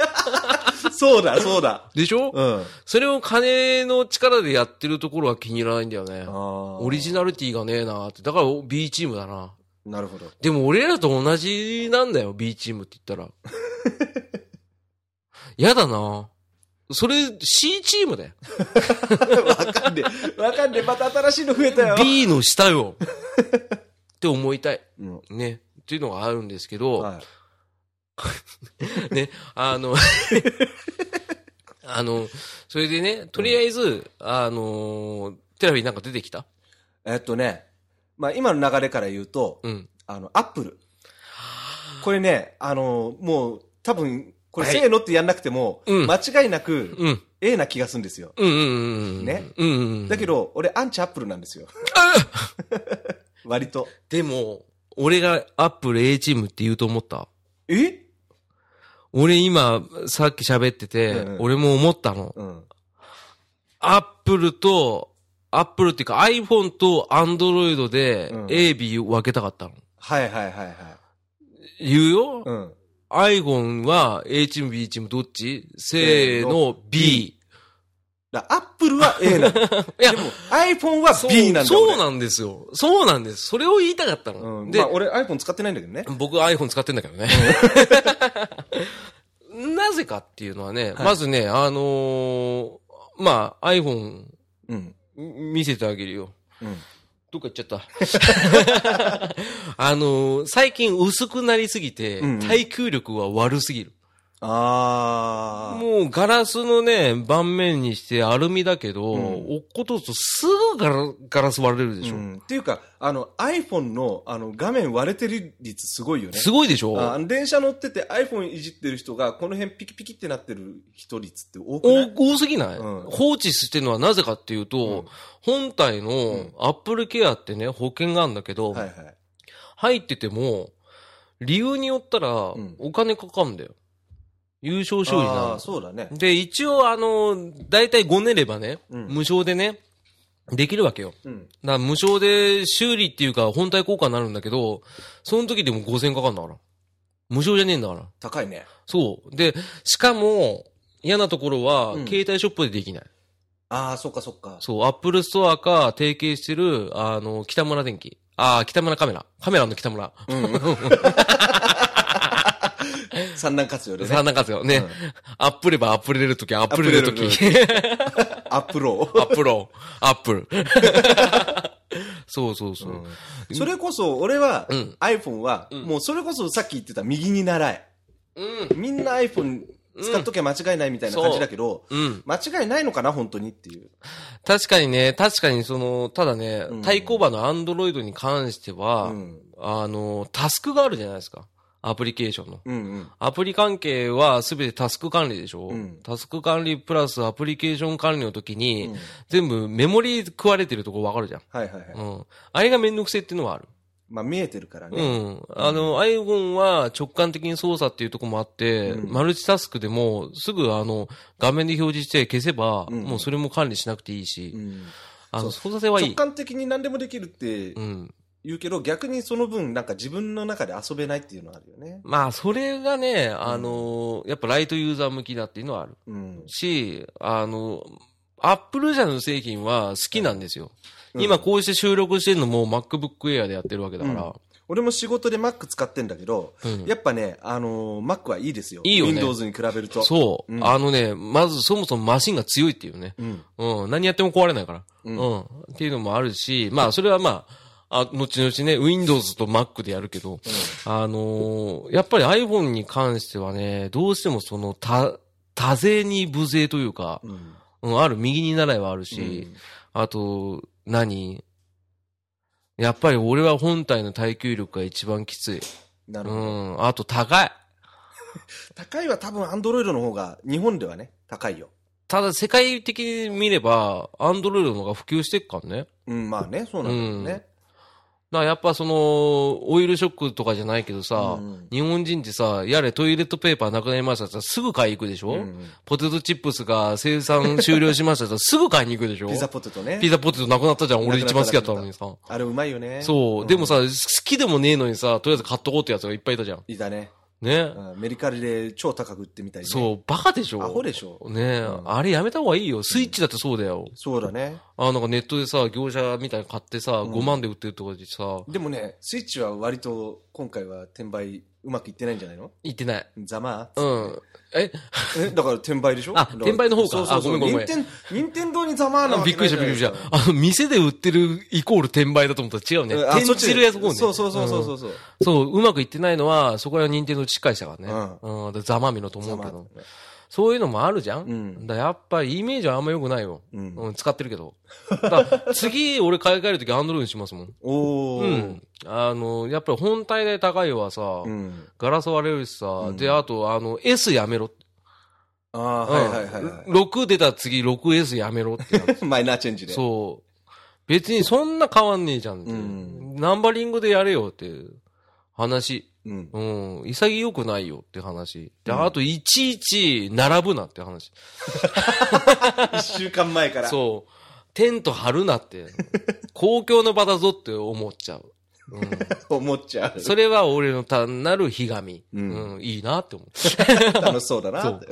Speaker 2: そうだ、そうだ。
Speaker 1: でしょ、
Speaker 2: うん。
Speaker 1: それを金の力でやってるところは気に入らないんだよね。オ
Speaker 2: オ
Speaker 1: リジナリティがねえなって。だから B チームだな。
Speaker 2: なるほど。
Speaker 1: でも俺らと同じなんだよ、B チームって言ったら。 やだな。それ C チームだよ。
Speaker 2: わかんねえ。わかんねえ。また新しいの増えたよ。
Speaker 1: B の下よ。って思いたい。
Speaker 2: うん
Speaker 1: ね。っていうのがあるんですけど、
Speaker 2: はい
Speaker 1: ね、あの、 あの、それでね、とりあえず、あのーテレビなんか出てきた
Speaker 2: えっとね、まあ今の流れから言うと、
Speaker 1: うん。
Speaker 2: あの、アップル。これね、あの、もう多分、これ
Speaker 1: はい
Speaker 2: せーのってやんなくても、
Speaker 1: うん
Speaker 2: 間違いなく、
Speaker 1: うん。
Speaker 2: ええな気がするんですよ。
Speaker 1: うんうんうんうん。
Speaker 2: ね。
Speaker 1: うんうんうん。
Speaker 2: だけど、俺アンチアップルなんですよ。 割と。
Speaker 1: でも、俺がアップル A チームって言うと思った。
Speaker 2: え
Speaker 1: 俺今、さっき喋ってて、
Speaker 2: うんうん
Speaker 1: 俺も思ったの。
Speaker 2: うん。
Speaker 1: アップルと、アップルっていうか iPhone と Android で
Speaker 2: うん
Speaker 1: A、B 分けたかったの。
Speaker 2: はいはいはいはい。
Speaker 1: 言うよ、
Speaker 2: うん。
Speaker 1: アイゴンは A チーム、B チームどっちせーの、B。
Speaker 2: だアップルは A なの。
Speaker 1: いや
Speaker 2: でも iPhone は
Speaker 1: そう
Speaker 2: B なんだ
Speaker 1: そう
Speaker 2: の
Speaker 1: なんですよ。そうなんです。それを言いたかったの。
Speaker 2: うん、
Speaker 1: で、
Speaker 2: まあ俺 iPhone 使ってないんだけどね。
Speaker 1: 僕 iPhone 使ってんだけどね。 なぜかっていうのはね、まずね、あのーまあ iPhone
Speaker 2: うん。
Speaker 1: 見せてあげるよ。
Speaker 2: うん。
Speaker 1: どっか行っちゃった。 あのー最近薄くなりすぎて
Speaker 2: うんうん、
Speaker 1: 耐久力は悪すぎる。
Speaker 2: あ
Speaker 1: もうガラスのね、盤面にしてアルミだけど、
Speaker 2: うん
Speaker 1: 落っことすとすぐガラガラス割れるで
Speaker 2: ー。
Speaker 1: し
Speaker 2: う
Speaker 1: ょ。
Speaker 2: ん、っていうか、あの iPhone のあの画面割れてる率すごいよね。
Speaker 1: すごいでしょ
Speaker 2: ああの電車乗ってて iPhone いじってる人がこの辺ピキピキってなってる人率って多くない
Speaker 1: お多すぎない、
Speaker 2: うん
Speaker 1: 放置してるのはなぜかっていうと、本体のアップルケアってね、保険があるんだけど、
Speaker 2: はいはい。
Speaker 1: 入ってても、理由によったら、
Speaker 2: ん
Speaker 1: お金かかるんだよ。優勝勝利な
Speaker 2: あ
Speaker 1: の
Speaker 2: ーそうだね。
Speaker 1: で、一応、あの、だいたい5年ればね、
Speaker 2: うん
Speaker 1: 無償でね、できるわけよ。
Speaker 2: うん。
Speaker 1: だから無償で修理っていうか本体交換になるんだけど、その時でも5000かかるんだから。無償じゃねえんだから。
Speaker 2: 高いね。
Speaker 1: そう。で、しかも、嫌なところは、
Speaker 2: うん
Speaker 1: 携帯ショップでできない。
Speaker 2: ああ、そっかそっか。
Speaker 1: そう、アップルストアか、提携してる、あの、北村電機。ああ、北村カメラ。カメラの北村。
Speaker 2: 三段活用でね。
Speaker 1: 三段活用。ね。アップればアップれるとき、アップれるとき。
Speaker 2: アッ アップロー。
Speaker 1: アップロー。アップ ル。そうそうそう。
Speaker 2: それこそ、俺は、
Speaker 1: うん
Speaker 2: iPhone は、もうそれこそさっき言ってた右に習い。
Speaker 1: うん。
Speaker 2: みんな iPhone 使っときゃ間違いないみたいな感じだけど、
Speaker 1: うん。
Speaker 2: 間違いないのかな、本当にっていう。
Speaker 1: 確かにね、確かにその、ただね
Speaker 2: うん、
Speaker 1: 対抗馬のアンドロイドに関しては、
Speaker 2: うん。
Speaker 1: あの、タスクがあるじゃないですか。アプリケーションの。
Speaker 2: うんうん。
Speaker 1: アプリ関係はすべてタスク管理でしょ、
Speaker 2: うん
Speaker 1: タスク管理プラスアプリケーション管理の時に、
Speaker 2: うん
Speaker 1: 全部メモリ食われてるとこわかるじゃん。
Speaker 2: はいはいはい。
Speaker 1: うん。あれがめんどくせえっていうのはある。
Speaker 2: まあ見えてるから
Speaker 1: う
Speaker 2: ね。
Speaker 1: ん。あの、iPhone は直感的に操作っていうとこもあって、
Speaker 2: うん
Speaker 1: マルチタスクでもすぐあの、画面で表示して消せば、
Speaker 2: うん
Speaker 1: もうそれも管理しなくていいし、
Speaker 2: うん
Speaker 1: あの、操作性はい
Speaker 2: 直
Speaker 1: い。
Speaker 2: 感的に何でもできるって
Speaker 1: うん。
Speaker 2: 言うけど、逆にその分、なんか自分の中で遊べないっていうのはあるよね。
Speaker 1: まあ、それがね、あの、やっぱライトユーザー向きだっていうのはある。
Speaker 2: うん。
Speaker 1: し、あの、アップル社の製品は好きなんですよ。
Speaker 2: うん
Speaker 1: 今こうして収録してるのも MacBook Air でやってるわけだから。
Speaker 2: 俺も仕事で Mac 使ってんだけど、
Speaker 1: うん
Speaker 2: やっぱね、あのー Mac はいいですよ。
Speaker 1: いいよね
Speaker 2: Windows に比べると。
Speaker 1: そう、
Speaker 2: うん
Speaker 1: あのね、まずそもそもマシンが強いっていうね。
Speaker 2: う。うん。
Speaker 1: うん。何やっても壊れないから。
Speaker 2: う
Speaker 1: うんん。っていうのもあるし、まあ、それはまあ、あ、後々ね、Windows と Mac でやるけど、あのーやっぱり iPhone に関してはね、どうしてもその、た、多勢に無勢というか、
Speaker 2: うん。
Speaker 1: うん、ある、右に習いはあるし、あと、何やっぱり俺は本体の耐久力が一番きつい。
Speaker 2: なる
Speaker 1: う
Speaker 2: ほど。
Speaker 1: ん。あと高い。
Speaker 2: 高いは多分 Android の方が、日本ではね、高いよ。
Speaker 1: ただ世界的に見れば、アンドロイドの方が普及してっからね。
Speaker 2: うん、まあね、そうなんだよね。
Speaker 1: だからやっぱその、オイルショックとかじゃないけどさ、
Speaker 2: うん
Speaker 1: 日本人ってさ、やれトイレットペーパーなくなりましたってさすぐ買いに行くでしょ、
Speaker 2: うん
Speaker 1: ポテトチップスが生産終了しましたってさすぐ買いに行くでしょ
Speaker 2: ピザポテトね
Speaker 1: ピ。ザポテトなくなったじゃん。俺一番好きだったのにさ。
Speaker 2: あれうまいよね。
Speaker 1: そう、
Speaker 2: ん
Speaker 1: でも、さ、好きでもねえのにさ、とりあえず買っとこうってやつがいっぱいいたじゃん。
Speaker 2: いたね。
Speaker 1: ね。
Speaker 2: うんメリカリで超高く売ってみたりね。
Speaker 1: そう、バカでしょ。
Speaker 2: アホでしょ
Speaker 1: ねえ、あれやめた方がいいよ。スイッチだってそうだよ。
Speaker 2: そうだね。
Speaker 1: あ、なんかネットでさ、業者みたいに買ってさ、5万で売ってるとかでさ、
Speaker 2: でもね、スイッチは割と今回は転売うまくいってないんじゃないの
Speaker 1: 言ってない。
Speaker 2: ざま
Speaker 1: う
Speaker 2: あ
Speaker 1: ん。え、
Speaker 2: えだから転売でしょ
Speaker 1: あ転売の方か
Speaker 2: そうそうそう
Speaker 1: あごめんごめん
Speaker 2: 任天任天堂にざまあなわけ
Speaker 1: びっくりした
Speaker 2: な
Speaker 1: びっ
Speaker 2: い
Speaker 1: くりし
Speaker 2: じゃ
Speaker 1: た。あの、店で売ってるイコール転売だと思ったら違うね。
Speaker 2: ないですか
Speaker 1: 転じるやつ
Speaker 2: うんあ
Speaker 1: も
Speaker 2: そっ
Speaker 1: ね。
Speaker 2: ちそうそうそうそうそうそう。
Speaker 1: うんそう、うまくいってないのは、そこら認定のしっかりしたからね。うん。でざまみろと思
Speaker 2: ざ
Speaker 1: う
Speaker 2: ま
Speaker 1: け
Speaker 2: あな
Speaker 1: ど。そういうのもあるじゃん、
Speaker 2: うん
Speaker 1: だからやっぱりイメージはあんま良くないよ。
Speaker 2: うん
Speaker 1: うん、使ってるけど。だから次、俺買い替えるときアンドロイドにしますもん。
Speaker 2: お
Speaker 1: う
Speaker 2: ー
Speaker 1: ん。あの、やっぱり本体代高いはさ、
Speaker 2: うん。
Speaker 1: ガラス割れるしさ、
Speaker 2: うん
Speaker 1: で、あと、あの、S やめろ。
Speaker 2: ああ、はいはいはいは
Speaker 1: 6出た次、6S やめろってなる。
Speaker 2: い。マイナーチェンジで。
Speaker 1: そう。別にそんな変わんねえじゃんって、
Speaker 2: うん
Speaker 1: ナンバリングでやれよって話。
Speaker 2: うん。
Speaker 1: うん。潔くないよって話。で、あと、いちいち並ぶなって話。
Speaker 2: 一週間前から。
Speaker 1: そう。テント張るなって。公共の場だぞって思っちゃう。うん、
Speaker 2: 思っちゃ う。
Speaker 1: それは俺の単なるひがみ。
Speaker 2: う
Speaker 1: うんん、いいなって思う。
Speaker 2: 楽しそうだな
Speaker 1: そう
Speaker 2: って。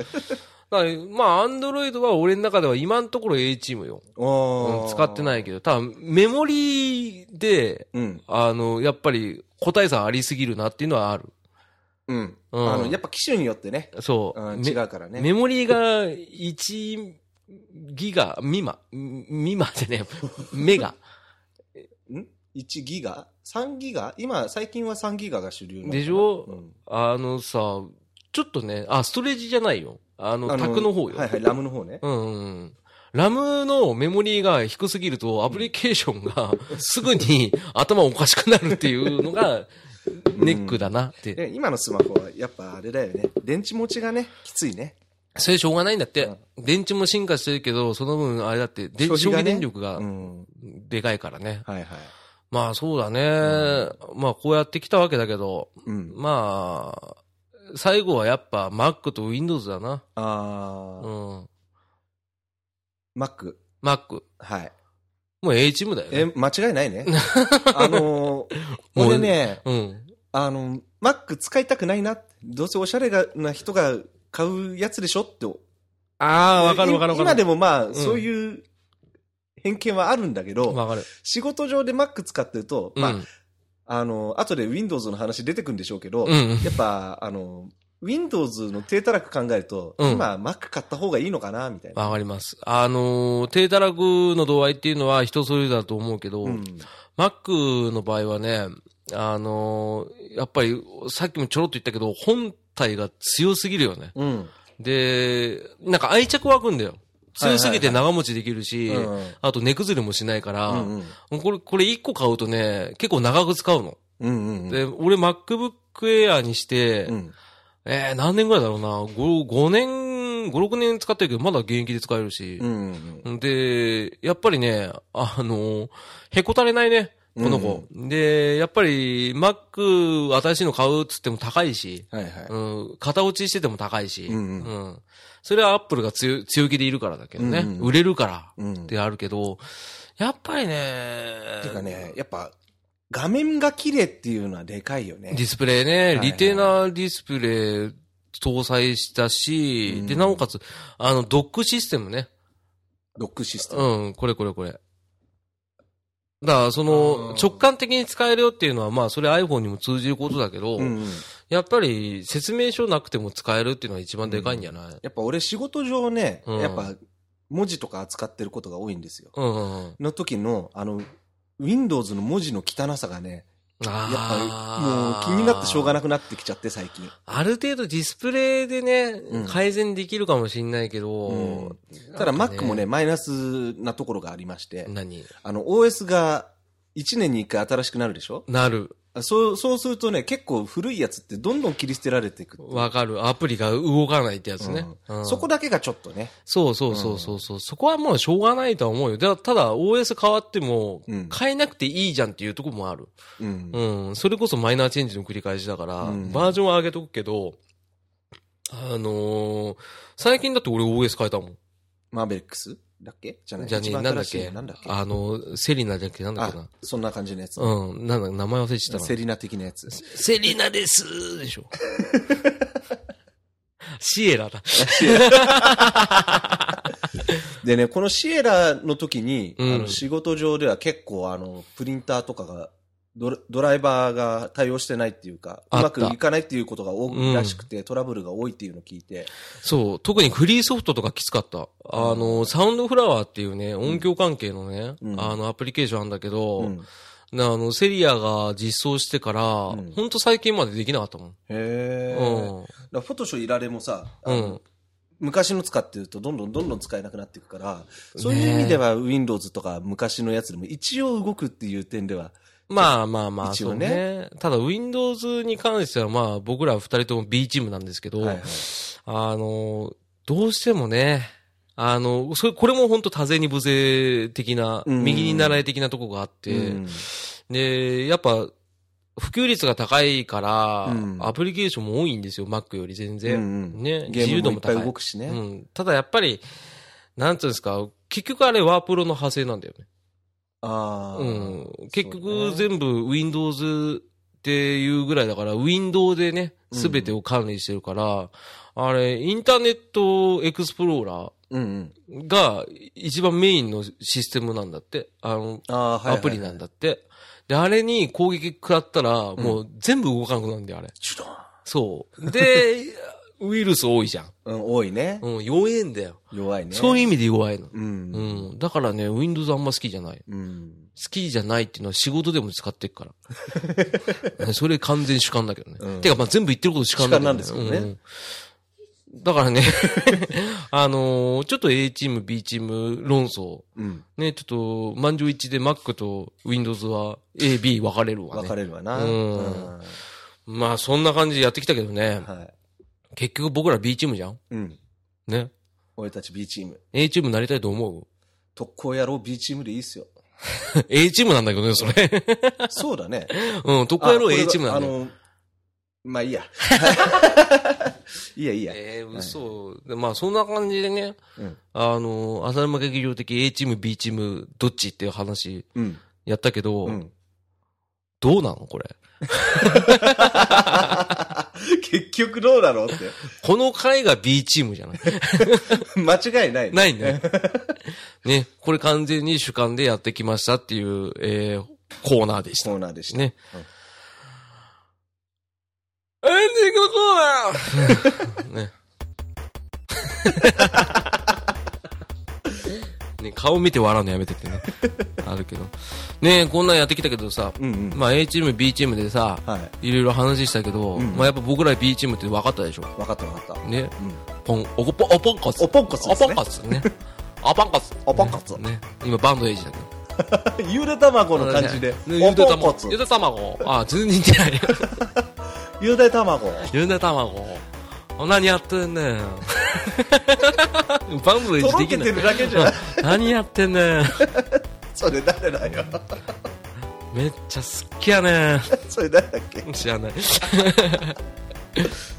Speaker 1: だからまあ、アンドロイドは俺の中では今のところ A チームよ。う
Speaker 2: おー
Speaker 1: ん、使ってないけど、ただ、メモリーで、
Speaker 2: うん。
Speaker 1: あの、やっぱり個体差ありすぎるなっていうのはある。
Speaker 2: うん。
Speaker 1: うん
Speaker 2: あの、やっぱ機種によってね。
Speaker 1: そう。
Speaker 2: うん
Speaker 1: め
Speaker 2: 違うからね。
Speaker 1: メモリーが1ギガ、未満、未満じゃねえ、メガ
Speaker 2: ん ?1 ギガ ?3 ギガ今、最近は3ギガが主流なのかな
Speaker 1: でしょ、
Speaker 2: うん
Speaker 1: あのさ、ちょっとね、あ、ストレージじゃないよ。あの、
Speaker 2: あ
Speaker 1: タクの方よ。
Speaker 2: はいはい、ラムの方ね。
Speaker 1: うんうんうん。ラムのメモリーが低すぎると、アプリケーションがすぐに頭おかしくなるっていうのが、ネックだなって。
Speaker 2: で今のスマホは、やっぱあれだよね。電池持ちがね、きついね。
Speaker 1: それしょうがないんだって。電池も進化してるけど、その分、あれだって、電
Speaker 2: 消
Speaker 1: 消
Speaker 2: 費が
Speaker 1: 費電
Speaker 2: ね
Speaker 1: 力が
Speaker 2: うん。
Speaker 1: でかいからね。
Speaker 2: はいはい。
Speaker 1: まあそうだね。まあこうやってきたわけだけど、
Speaker 2: うん。
Speaker 1: まあ、最後はやっぱ Mac と Windows だな。
Speaker 2: あ
Speaker 1: う
Speaker 2: ー、
Speaker 1: ん。
Speaker 2: Mac。
Speaker 1: Mac。
Speaker 2: はい。
Speaker 1: もう A チームだよ
Speaker 2: え、
Speaker 1: ね。
Speaker 2: 間違いな いね。あのー、
Speaker 1: もう
Speaker 2: 俺ね、
Speaker 1: うん。
Speaker 2: あの、マック使いたくないな。どうせおしゃれがな人が買うやつでしょって。
Speaker 1: ああ、わかるわかるわか
Speaker 2: 今で
Speaker 1: る。
Speaker 2: もまあ、
Speaker 1: ん
Speaker 2: そういう偏見はあるんだけど、
Speaker 1: わかる。
Speaker 2: 仕事上でマック使ってると、
Speaker 1: う
Speaker 2: まあ、
Speaker 1: ん。
Speaker 2: あの、後で Windows の話出てくるんでしょうけど、
Speaker 1: うん。
Speaker 2: やっぱ、あの、Windows の低たらく考えると、
Speaker 1: うん
Speaker 2: 今、Mac 買った方がいいのかな、みたいな。
Speaker 1: わかります。あのー、低たらくの度合いっていうのは人それぞれだと思うけど、
Speaker 2: うん。
Speaker 1: Mac の場合はね、あのーやっぱり、さっきもちょろっと言ったけど、本体が強すぎるよね。
Speaker 2: うん。
Speaker 1: で、なんか愛着湧くんだよ。強すぎて長持ちできるし、
Speaker 2: うん
Speaker 1: あと値崩れもしないから、
Speaker 2: うん
Speaker 1: これ、これ1個買うとね、結構長く使うの。
Speaker 2: うんうん。
Speaker 1: で、俺 MacBook Air にして、
Speaker 2: うん。
Speaker 1: えー、何年ぐらいだろうな、5、5年、5、6年使ってるけど、まだ現役で使えるし
Speaker 2: う、ん。
Speaker 1: で、やっぱりね、あの、へこたれないね、この子。で、やっぱり、Mac 新しいの買うっつっても高いし、
Speaker 2: はいはい。
Speaker 1: うん、型落ちしてても高いし、
Speaker 2: う
Speaker 1: うんんそれはアップルが強い強気でいるからだけどね、
Speaker 2: うんうん
Speaker 1: 売れるから
Speaker 2: うん。
Speaker 1: ってあるけど、やっぱりね、
Speaker 2: てかね、やっぱ、画面が綺麗っていうのはでかいよね
Speaker 1: デ。ィスプレイ
Speaker 2: い
Speaker 1: ね、
Speaker 2: はい
Speaker 1: リテーナーディスプレイ搭載したし、
Speaker 2: うん
Speaker 1: で、なおかつ、あの、ドックシステムね。
Speaker 2: ロックシステム。
Speaker 1: うん、これこれこれ。だから、そ
Speaker 2: うん
Speaker 1: の、直感的に使えるよっていうのは、まあ、それ iPhone にも通じることだけど、
Speaker 2: うんうん
Speaker 1: やっぱり、説明書なくても使えるっていうのは一番でかいんじゃない
Speaker 2: やっぱ俺仕事上ね、
Speaker 1: うん
Speaker 2: やっぱ、文字とか扱ってることが多いんですよ。
Speaker 1: うん、うん、うん。
Speaker 2: の時の、あの、Windows の文字の汚さがね、やっ
Speaker 1: あ
Speaker 2: ぱ
Speaker 1: ー
Speaker 2: もう気になってしょうがなくなってきちゃって最近。
Speaker 1: ある程度ディスプレイでね、
Speaker 2: うん
Speaker 1: 改善できるかもしんないけど、
Speaker 2: うんただ
Speaker 1: なんか
Speaker 2: Mac もね、、マイナスなところがありまして、
Speaker 1: 何
Speaker 2: あの OS が1年に1回新しくなるでしょ
Speaker 1: なる。
Speaker 2: あそう、そうするとね、結構古いやつってどんどん切り捨てられていく。
Speaker 1: わかる。アプリが動かないってやつね。
Speaker 2: うん
Speaker 1: うん
Speaker 2: そこだけがちょっとね。
Speaker 1: そうそうそうそうそう。そこはもうしょうがないとは思うよ。だただ OS 変わっても
Speaker 2: うん、
Speaker 1: 変えなくていいじゃんっていうとこもある。
Speaker 2: うん
Speaker 1: うん。それこそマイナーチェンジの繰り返しだから、
Speaker 2: うん
Speaker 1: バージョンは上げとくけど、あのー最近だって俺 OS 変えたもん。
Speaker 2: マーベリックスだっけじゃない
Speaker 1: じゃあね、
Speaker 2: 一
Speaker 1: な
Speaker 2: 番
Speaker 1: んだっ
Speaker 2: 新しい
Speaker 1: け
Speaker 2: のなんだっけ
Speaker 1: あの、セリナじゃなくてなんだっけな
Speaker 2: あ。そんな感じのやつ。
Speaker 1: うん、なんだ、名前忘れちゃった
Speaker 2: セ
Speaker 1: な。
Speaker 2: リナ的なやつ。
Speaker 1: セリナですでしょ。 シエラだ。
Speaker 2: でね、このシエラの時に、
Speaker 1: うん
Speaker 2: あの仕事上では結構あの、プリンターとかが、ドラドライバーが対応してないっていうか、う
Speaker 1: あ
Speaker 2: ま
Speaker 1: っ
Speaker 2: く
Speaker 1: た
Speaker 2: いかないっていうことが多いらしくて、トラブルが多いっていうのを聞いて、
Speaker 1: そう、特にフリーソフトとかきつかった。あの、サウンドフラワーっていうね、音響関係のね、
Speaker 2: うん
Speaker 1: あの、アプリケーションあるんだけど、
Speaker 2: うん、へ
Speaker 1: なあの、セリアが実装してから、
Speaker 2: ん
Speaker 1: ほんと最近までできなかったもん。
Speaker 2: え。
Speaker 1: うん。
Speaker 2: だからフォトショーいられもさ、あ
Speaker 1: う
Speaker 2: の
Speaker 1: ん。
Speaker 2: 昔の使ってるとどんどんどんどん使えなくなっていくから、そういう意味では Windows とか昔のやつでも一応動くっていう点では、
Speaker 1: まあまあまあ、
Speaker 2: 一
Speaker 1: そ
Speaker 2: 応
Speaker 1: う
Speaker 2: ね
Speaker 1: ね。ただ、Windows に関してはまあ、僕ら二人とも B チームなんですけど、
Speaker 2: はいはい
Speaker 1: あの、どうしてもね、あの、それ、これも本当多勢に無勢的な、
Speaker 2: うん
Speaker 1: 右に習い的なとこがあって、
Speaker 2: うん
Speaker 1: で、やっぱ、普及率が高いから、
Speaker 2: うん
Speaker 1: アプリケーションも多いんですよ、Mac より全
Speaker 2: う
Speaker 1: 然。
Speaker 2: んうん
Speaker 1: ね、
Speaker 2: ゲ
Speaker 1: 自由
Speaker 2: ー
Speaker 1: 度
Speaker 2: ムもい
Speaker 1: も
Speaker 2: っぱ
Speaker 1: 高
Speaker 2: い
Speaker 1: い。
Speaker 2: 動くしね。
Speaker 1: うん。ただやっぱり、なんつうんですか、結局あれワープロの派生なんだよね。
Speaker 2: ああ、
Speaker 1: うん。結
Speaker 2: そう
Speaker 1: 局
Speaker 2: ね
Speaker 1: 全部 Windows っていうぐらいだから、Windows でね、すべてを管理してるから、あれ、インターネットエクスプローラ
Speaker 2: うんうん。
Speaker 1: ーが一番メインのシステムなんだって。あの、
Speaker 2: ああ、はいはいはい、
Speaker 1: アプリなんだって。で、あれに攻撃食らったら、もう全部動かなくなるんだよ、あれ。
Speaker 2: ちょっ
Speaker 1: そう。で、ウイルス多いじゃん。
Speaker 2: とうん、多いね。
Speaker 1: うん、弱えんだよ。
Speaker 2: 弱いね。
Speaker 1: そういう意
Speaker 2: う。
Speaker 1: 味で弱いの。
Speaker 2: うん。
Speaker 1: う
Speaker 2: うん。
Speaker 1: ん。だからね、Windows あんま好きじゃない。
Speaker 2: うん。
Speaker 1: 好きじゃないっていうのは仕事でも使ってっ から。それ完全主観だけどね。
Speaker 2: うん
Speaker 1: てか、まあ全部言ってること主観だけど、
Speaker 2: 主観なんですけどね
Speaker 1: うんだからね、 あのーちょっと A チーム、B チーム論争。
Speaker 2: うん。
Speaker 1: ね、ちょっと、満場一致で Mac と Windows は A、B 分かれるわ
Speaker 2: 分
Speaker 1: ね
Speaker 2: か。れるわな。
Speaker 1: うん
Speaker 2: うん
Speaker 1: まあ、そんな感じでやってきたけどね。
Speaker 2: はい。
Speaker 1: 結局僕ら B チームじゃん
Speaker 2: うん。
Speaker 1: ね。
Speaker 2: 俺たち B チーム。
Speaker 1: A チームになりたいと思う
Speaker 2: 特攻野郎 B チームでいいっすよ。
Speaker 1: ?A チームなんだけどね、それ。
Speaker 2: そうだね。
Speaker 1: うん、特攻野郎
Speaker 2: あこれ
Speaker 1: A チームなんだ
Speaker 2: あ
Speaker 1: よ。
Speaker 2: の、まあいいや。 いやいや。
Speaker 1: えー、嘘。でまあ、そんな感じでね、
Speaker 2: うん
Speaker 1: あの、浅沼劇場的 A チーム、B チーム、どっちっていう話
Speaker 2: うん。
Speaker 1: やったけど、
Speaker 2: うん。
Speaker 1: どうなのこれ。
Speaker 2: 結局どうだろ うっ
Speaker 1: この回が B チームじゃない
Speaker 2: て。間違いないね。
Speaker 1: ない ね。ね、これ完全に主観でやってきましたっていう、えー、コーナーでした
Speaker 2: コ。ーナーでした。
Speaker 1: ね。
Speaker 2: うん
Speaker 1: エンディングのコーナー ね。ね、顔見て笑うのやめてってね。あるけど。ねこんなんやってきたけどさ、
Speaker 2: うんうん。
Speaker 1: まあ A チーム、B チームでさ、
Speaker 2: はい。
Speaker 1: いろいろ話したけど、
Speaker 2: うん
Speaker 1: まあやっぱ僕ら B チームって分かったでしょ。
Speaker 2: わかったわかった。
Speaker 1: ね、
Speaker 2: うん。
Speaker 1: ポン、おぽ、おぽんこつ。
Speaker 2: おぽんこつ
Speaker 1: お
Speaker 2: ですね
Speaker 1: ぽんこつね。おぽんこつ。
Speaker 2: おぽんこつ
Speaker 1: ね。今バンドエイジだけど。
Speaker 2: ゆで卵の感じで。
Speaker 1: ゆで
Speaker 2: おぽんこ
Speaker 1: 卵
Speaker 2: つ。。
Speaker 1: ゆで卵。あ、全然似てない。
Speaker 2: ゆで卵。
Speaker 1: ゆで卵。何やってん ねん。バンドエイ
Speaker 2: と
Speaker 1: ジ
Speaker 2: ろ
Speaker 1: で
Speaker 2: け
Speaker 1: きな
Speaker 2: て
Speaker 1: い
Speaker 2: る。だけじゃん。
Speaker 1: 何やってんねん。
Speaker 2: それ誰だよ。
Speaker 1: めっちゃ好きやねん。
Speaker 2: それ誰だっけ
Speaker 1: 知 らない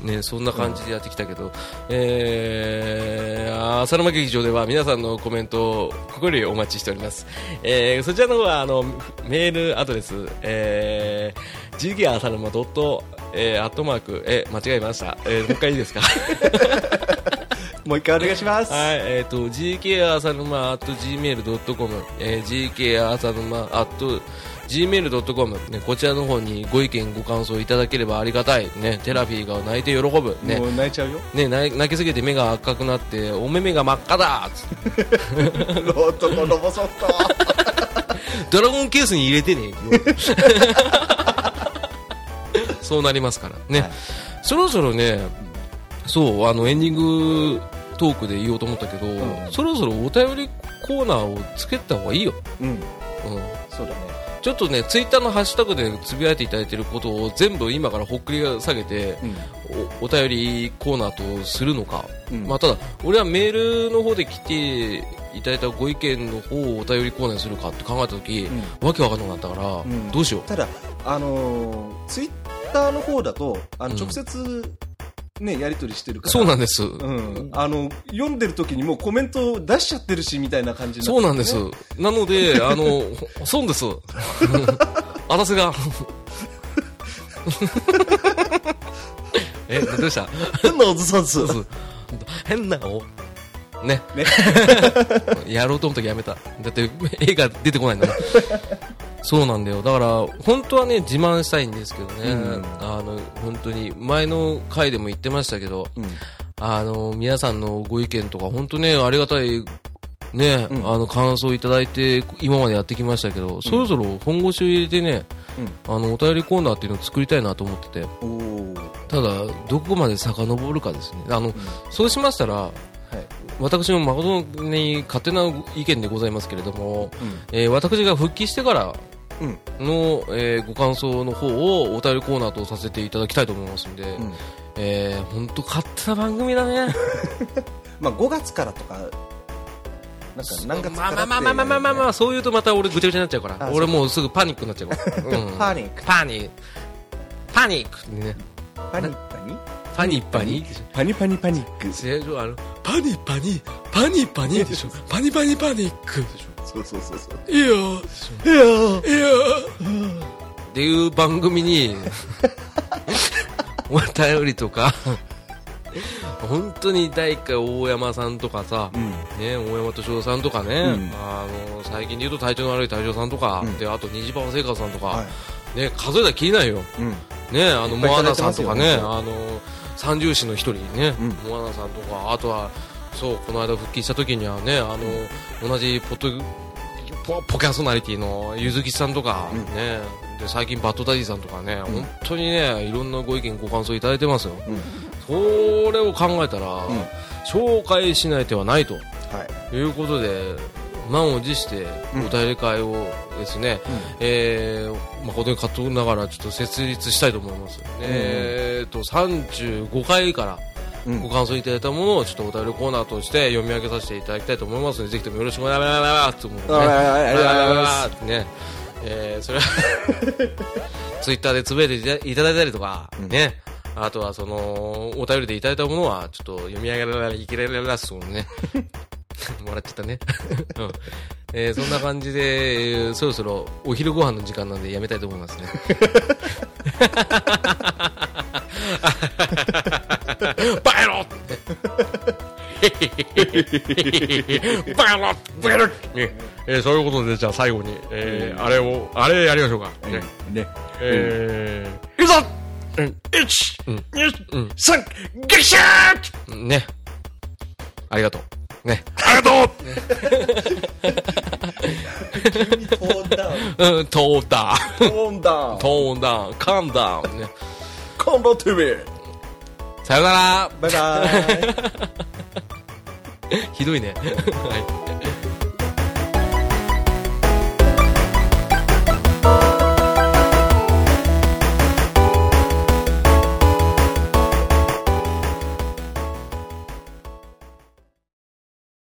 Speaker 1: ねそんな感じでやってきたけど、えー、浅沼劇場では皆さんのコメントを心よりお待ちしております、えー、そちらの方はあのメールアドレス、えー、ジギア浅沼ドットえー、アットマーク、えー、間違えました。えー、もう一回いいですか
Speaker 2: もう一回お願いします。
Speaker 1: はい、えっ、ー、と、gk 浅沼 at gmail.com、えー、gk 浅沼 at gmail.com、ね、こちらの方にご意見、ご感想いただければありがたい。ね、テラフィーが泣いて喜ぶ。ね
Speaker 2: も、う泣いちゃうよ。
Speaker 1: ね、泣泣きすぎて目が赤くなって、お目目が真っ赤だつって
Speaker 2: ロートのロボソフト。
Speaker 1: ドラゴンケースに入れてねそうなりますからね、
Speaker 2: はい
Speaker 1: そろそろねそうあのエンディングトークで言おうと思ったけど、
Speaker 2: ん
Speaker 1: そろそろお便りコーナーをつけた方がいいよ、
Speaker 2: うん。
Speaker 1: うん、
Speaker 2: そうだね。
Speaker 1: ちょっとねツイッターのハッシュタグでつぶやいていただいてることを全部今からほっくり下げて
Speaker 2: うん。
Speaker 1: おお便りコーナーとするのか、
Speaker 2: うん
Speaker 1: まあ、ただ俺はメールの方で来ていただいたご意見の方をお便りコーナーにするかって考えた時、わけわかんなくなったから、
Speaker 2: ん
Speaker 1: どうしよう
Speaker 2: ただ、あのー、ツイッターの方だと、あの、
Speaker 1: うん
Speaker 2: 直接、ね、やりとりしてるから。
Speaker 1: そうなんです、
Speaker 2: うん。あの、読んでる時にもうコメントを出しちゃってるし、みたいな感じに
Speaker 1: そうなんです
Speaker 2: ね
Speaker 1: なのであのほ損です 私が えどうした
Speaker 2: 変なおじさんっす。
Speaker 1: そう変なのね
Speaker 2: ね
Speaker 1: やろうと思った時やめただって絵が出てこないんだもんそうなんだよだから本当はね自慢したいんですけどね、
Speaker 2: うん
Speaker 1: あの本当に前の回でも言ってましたけど
Speaker 2: うん。
Speaker 1: あの、皆さんのご意見とか、本当ね、ありがたい、ね、
Speaker 2: うん
Speaker 1: あの、感想いただいて、今までやってきましたけど、そろそろ本腰を入れてね、あの、お便りコーナーっていうのを作りたいなと思ってて、
Speaker 2: うん。おー。
Speaker 1: ただ、どこまで遡るかですね。あの、そうしましたら、
Speaker 2: はい。
Speaker 1: 私も誠に勝手な意見でございますけれども、えー私が復帰してから
Speaker 2: うん。
Speaker 1: の、えーご感想の方をお便りコーナーとさせていただきたいと思いますんで、
Speaker 2: うん。
Speaker 1: えー、本当勝手な番組だね。
Speaker 2: まあ、5月からとか、なんか何月か
Speaker 1: まあ
Speaker 2: らって
Speaker 1: まあまあまあまあまあまあ、そう言うとまた俺ぐちゃぐちゃになっちゃうから
Speaker 2: あ
Speaker 1: 俺もうすぐパニックになっちゃうから、うん
Speaker 2: パニック。
Speaker 1: パニックパニックってね
Speaker 2: パニックに
Speaker 1: パニッパニ
Speaker 2: パニパニパニック。
Speaker 1: 正常あのパニッパニパニッパニでしょパニパニパニックでし
Speaker 2: そうそうそうそう。
Speaker 1: ょいいよ
Speaker 2: いやー
Speaker 1: いいよっていう番組 にお便りとか本当に第一回大山さんとかさ、
Speaker 2: うん。
Speaker 1: ね、大山敏夫さんとかね、
Speaker 2: うん
Speaker 1: あの最近で言うと体調の悪い隊長さんとか、
Speaker 2: うん
Speaker 1: であと虹パパ生活さんとか、
Speaker 2: は
Speaker 1: ね、数えたらきりないよ、
Speaker 2: い。うん。
Speaker 1: ね、あの
Speaker 2: いっぱいい
Speaker 1: モア
Speaker 2: ただ
Speaker 1: ナ
Speaker 2: いて
Speaker 1: さ
Speaker 2: ま
Speaker 1: ん
Speaker 2: す
Speaker 1: と
Speaker 2: よ
Speaker 1: かねあの三重士の一人ね、
Speaker 2: うん
Speaker 1: モアナさんとかあとはそうこの間復帰した時にはねあの同じポッドポポキャソナリティのゆずきさんとか、
Speaker 2: うん
Speaker 1: ねで最近バッドダディさんとかね、本当にねいろんなご意見ご感想いただいてますよ
Speaker 2: うん。
Speaker 1: それを考えたら、
Speaker 2: うん
Speaker 1: 紹介しない手はないと。
Speaker 2: はい。
Speaker 1: ということで満を持してお便り会をですね、えー、誠に勝手ながらちょっと設立したいと思います、えーと35回から
Speaker 2: うん
Speaker 1: ご感想いただいたものをちょっとお便りコーナーとして読み上げさせていただきたいと思いますのでぜひともよろしくお願いしますと思うね
Speaker 2: はいはいはいありがとうございます
Speaker 1: ねえーそれはツイッターでつぶやいていただいたりとか、ねあとはその、お便りでいただいたものは、ちょっと読み上げられない、いけられなそうね。もらっちゃったね。 うんえーそんな感じで、えーそろそろお昼ご飯の時間なんでやめたいと思いますね。 バカ野郎 バカ野郎バカ野郎ねえーそういうことで、じゃあ最後に、えーあれを、あれやりましょうか。ね
Speaker 2: ね。
Speaker 1: えー、いざ一、二、三、激シャーね。ありがとう。ね。
Speaker 2: ありがとう急にトーンダウン。
Speaker 1: うん、トーダ
Speaker 2: ト
Speaker 1: ウン。
Speaker 2: ーンダウン
Speaker 1: ト。ーダウン。カンダウン。ね。
Speaker 2: コンロ TV!
Speaker 1: さよなら。
Speaker 2: バイバイ。
Speaker 1: ひどいね。はい。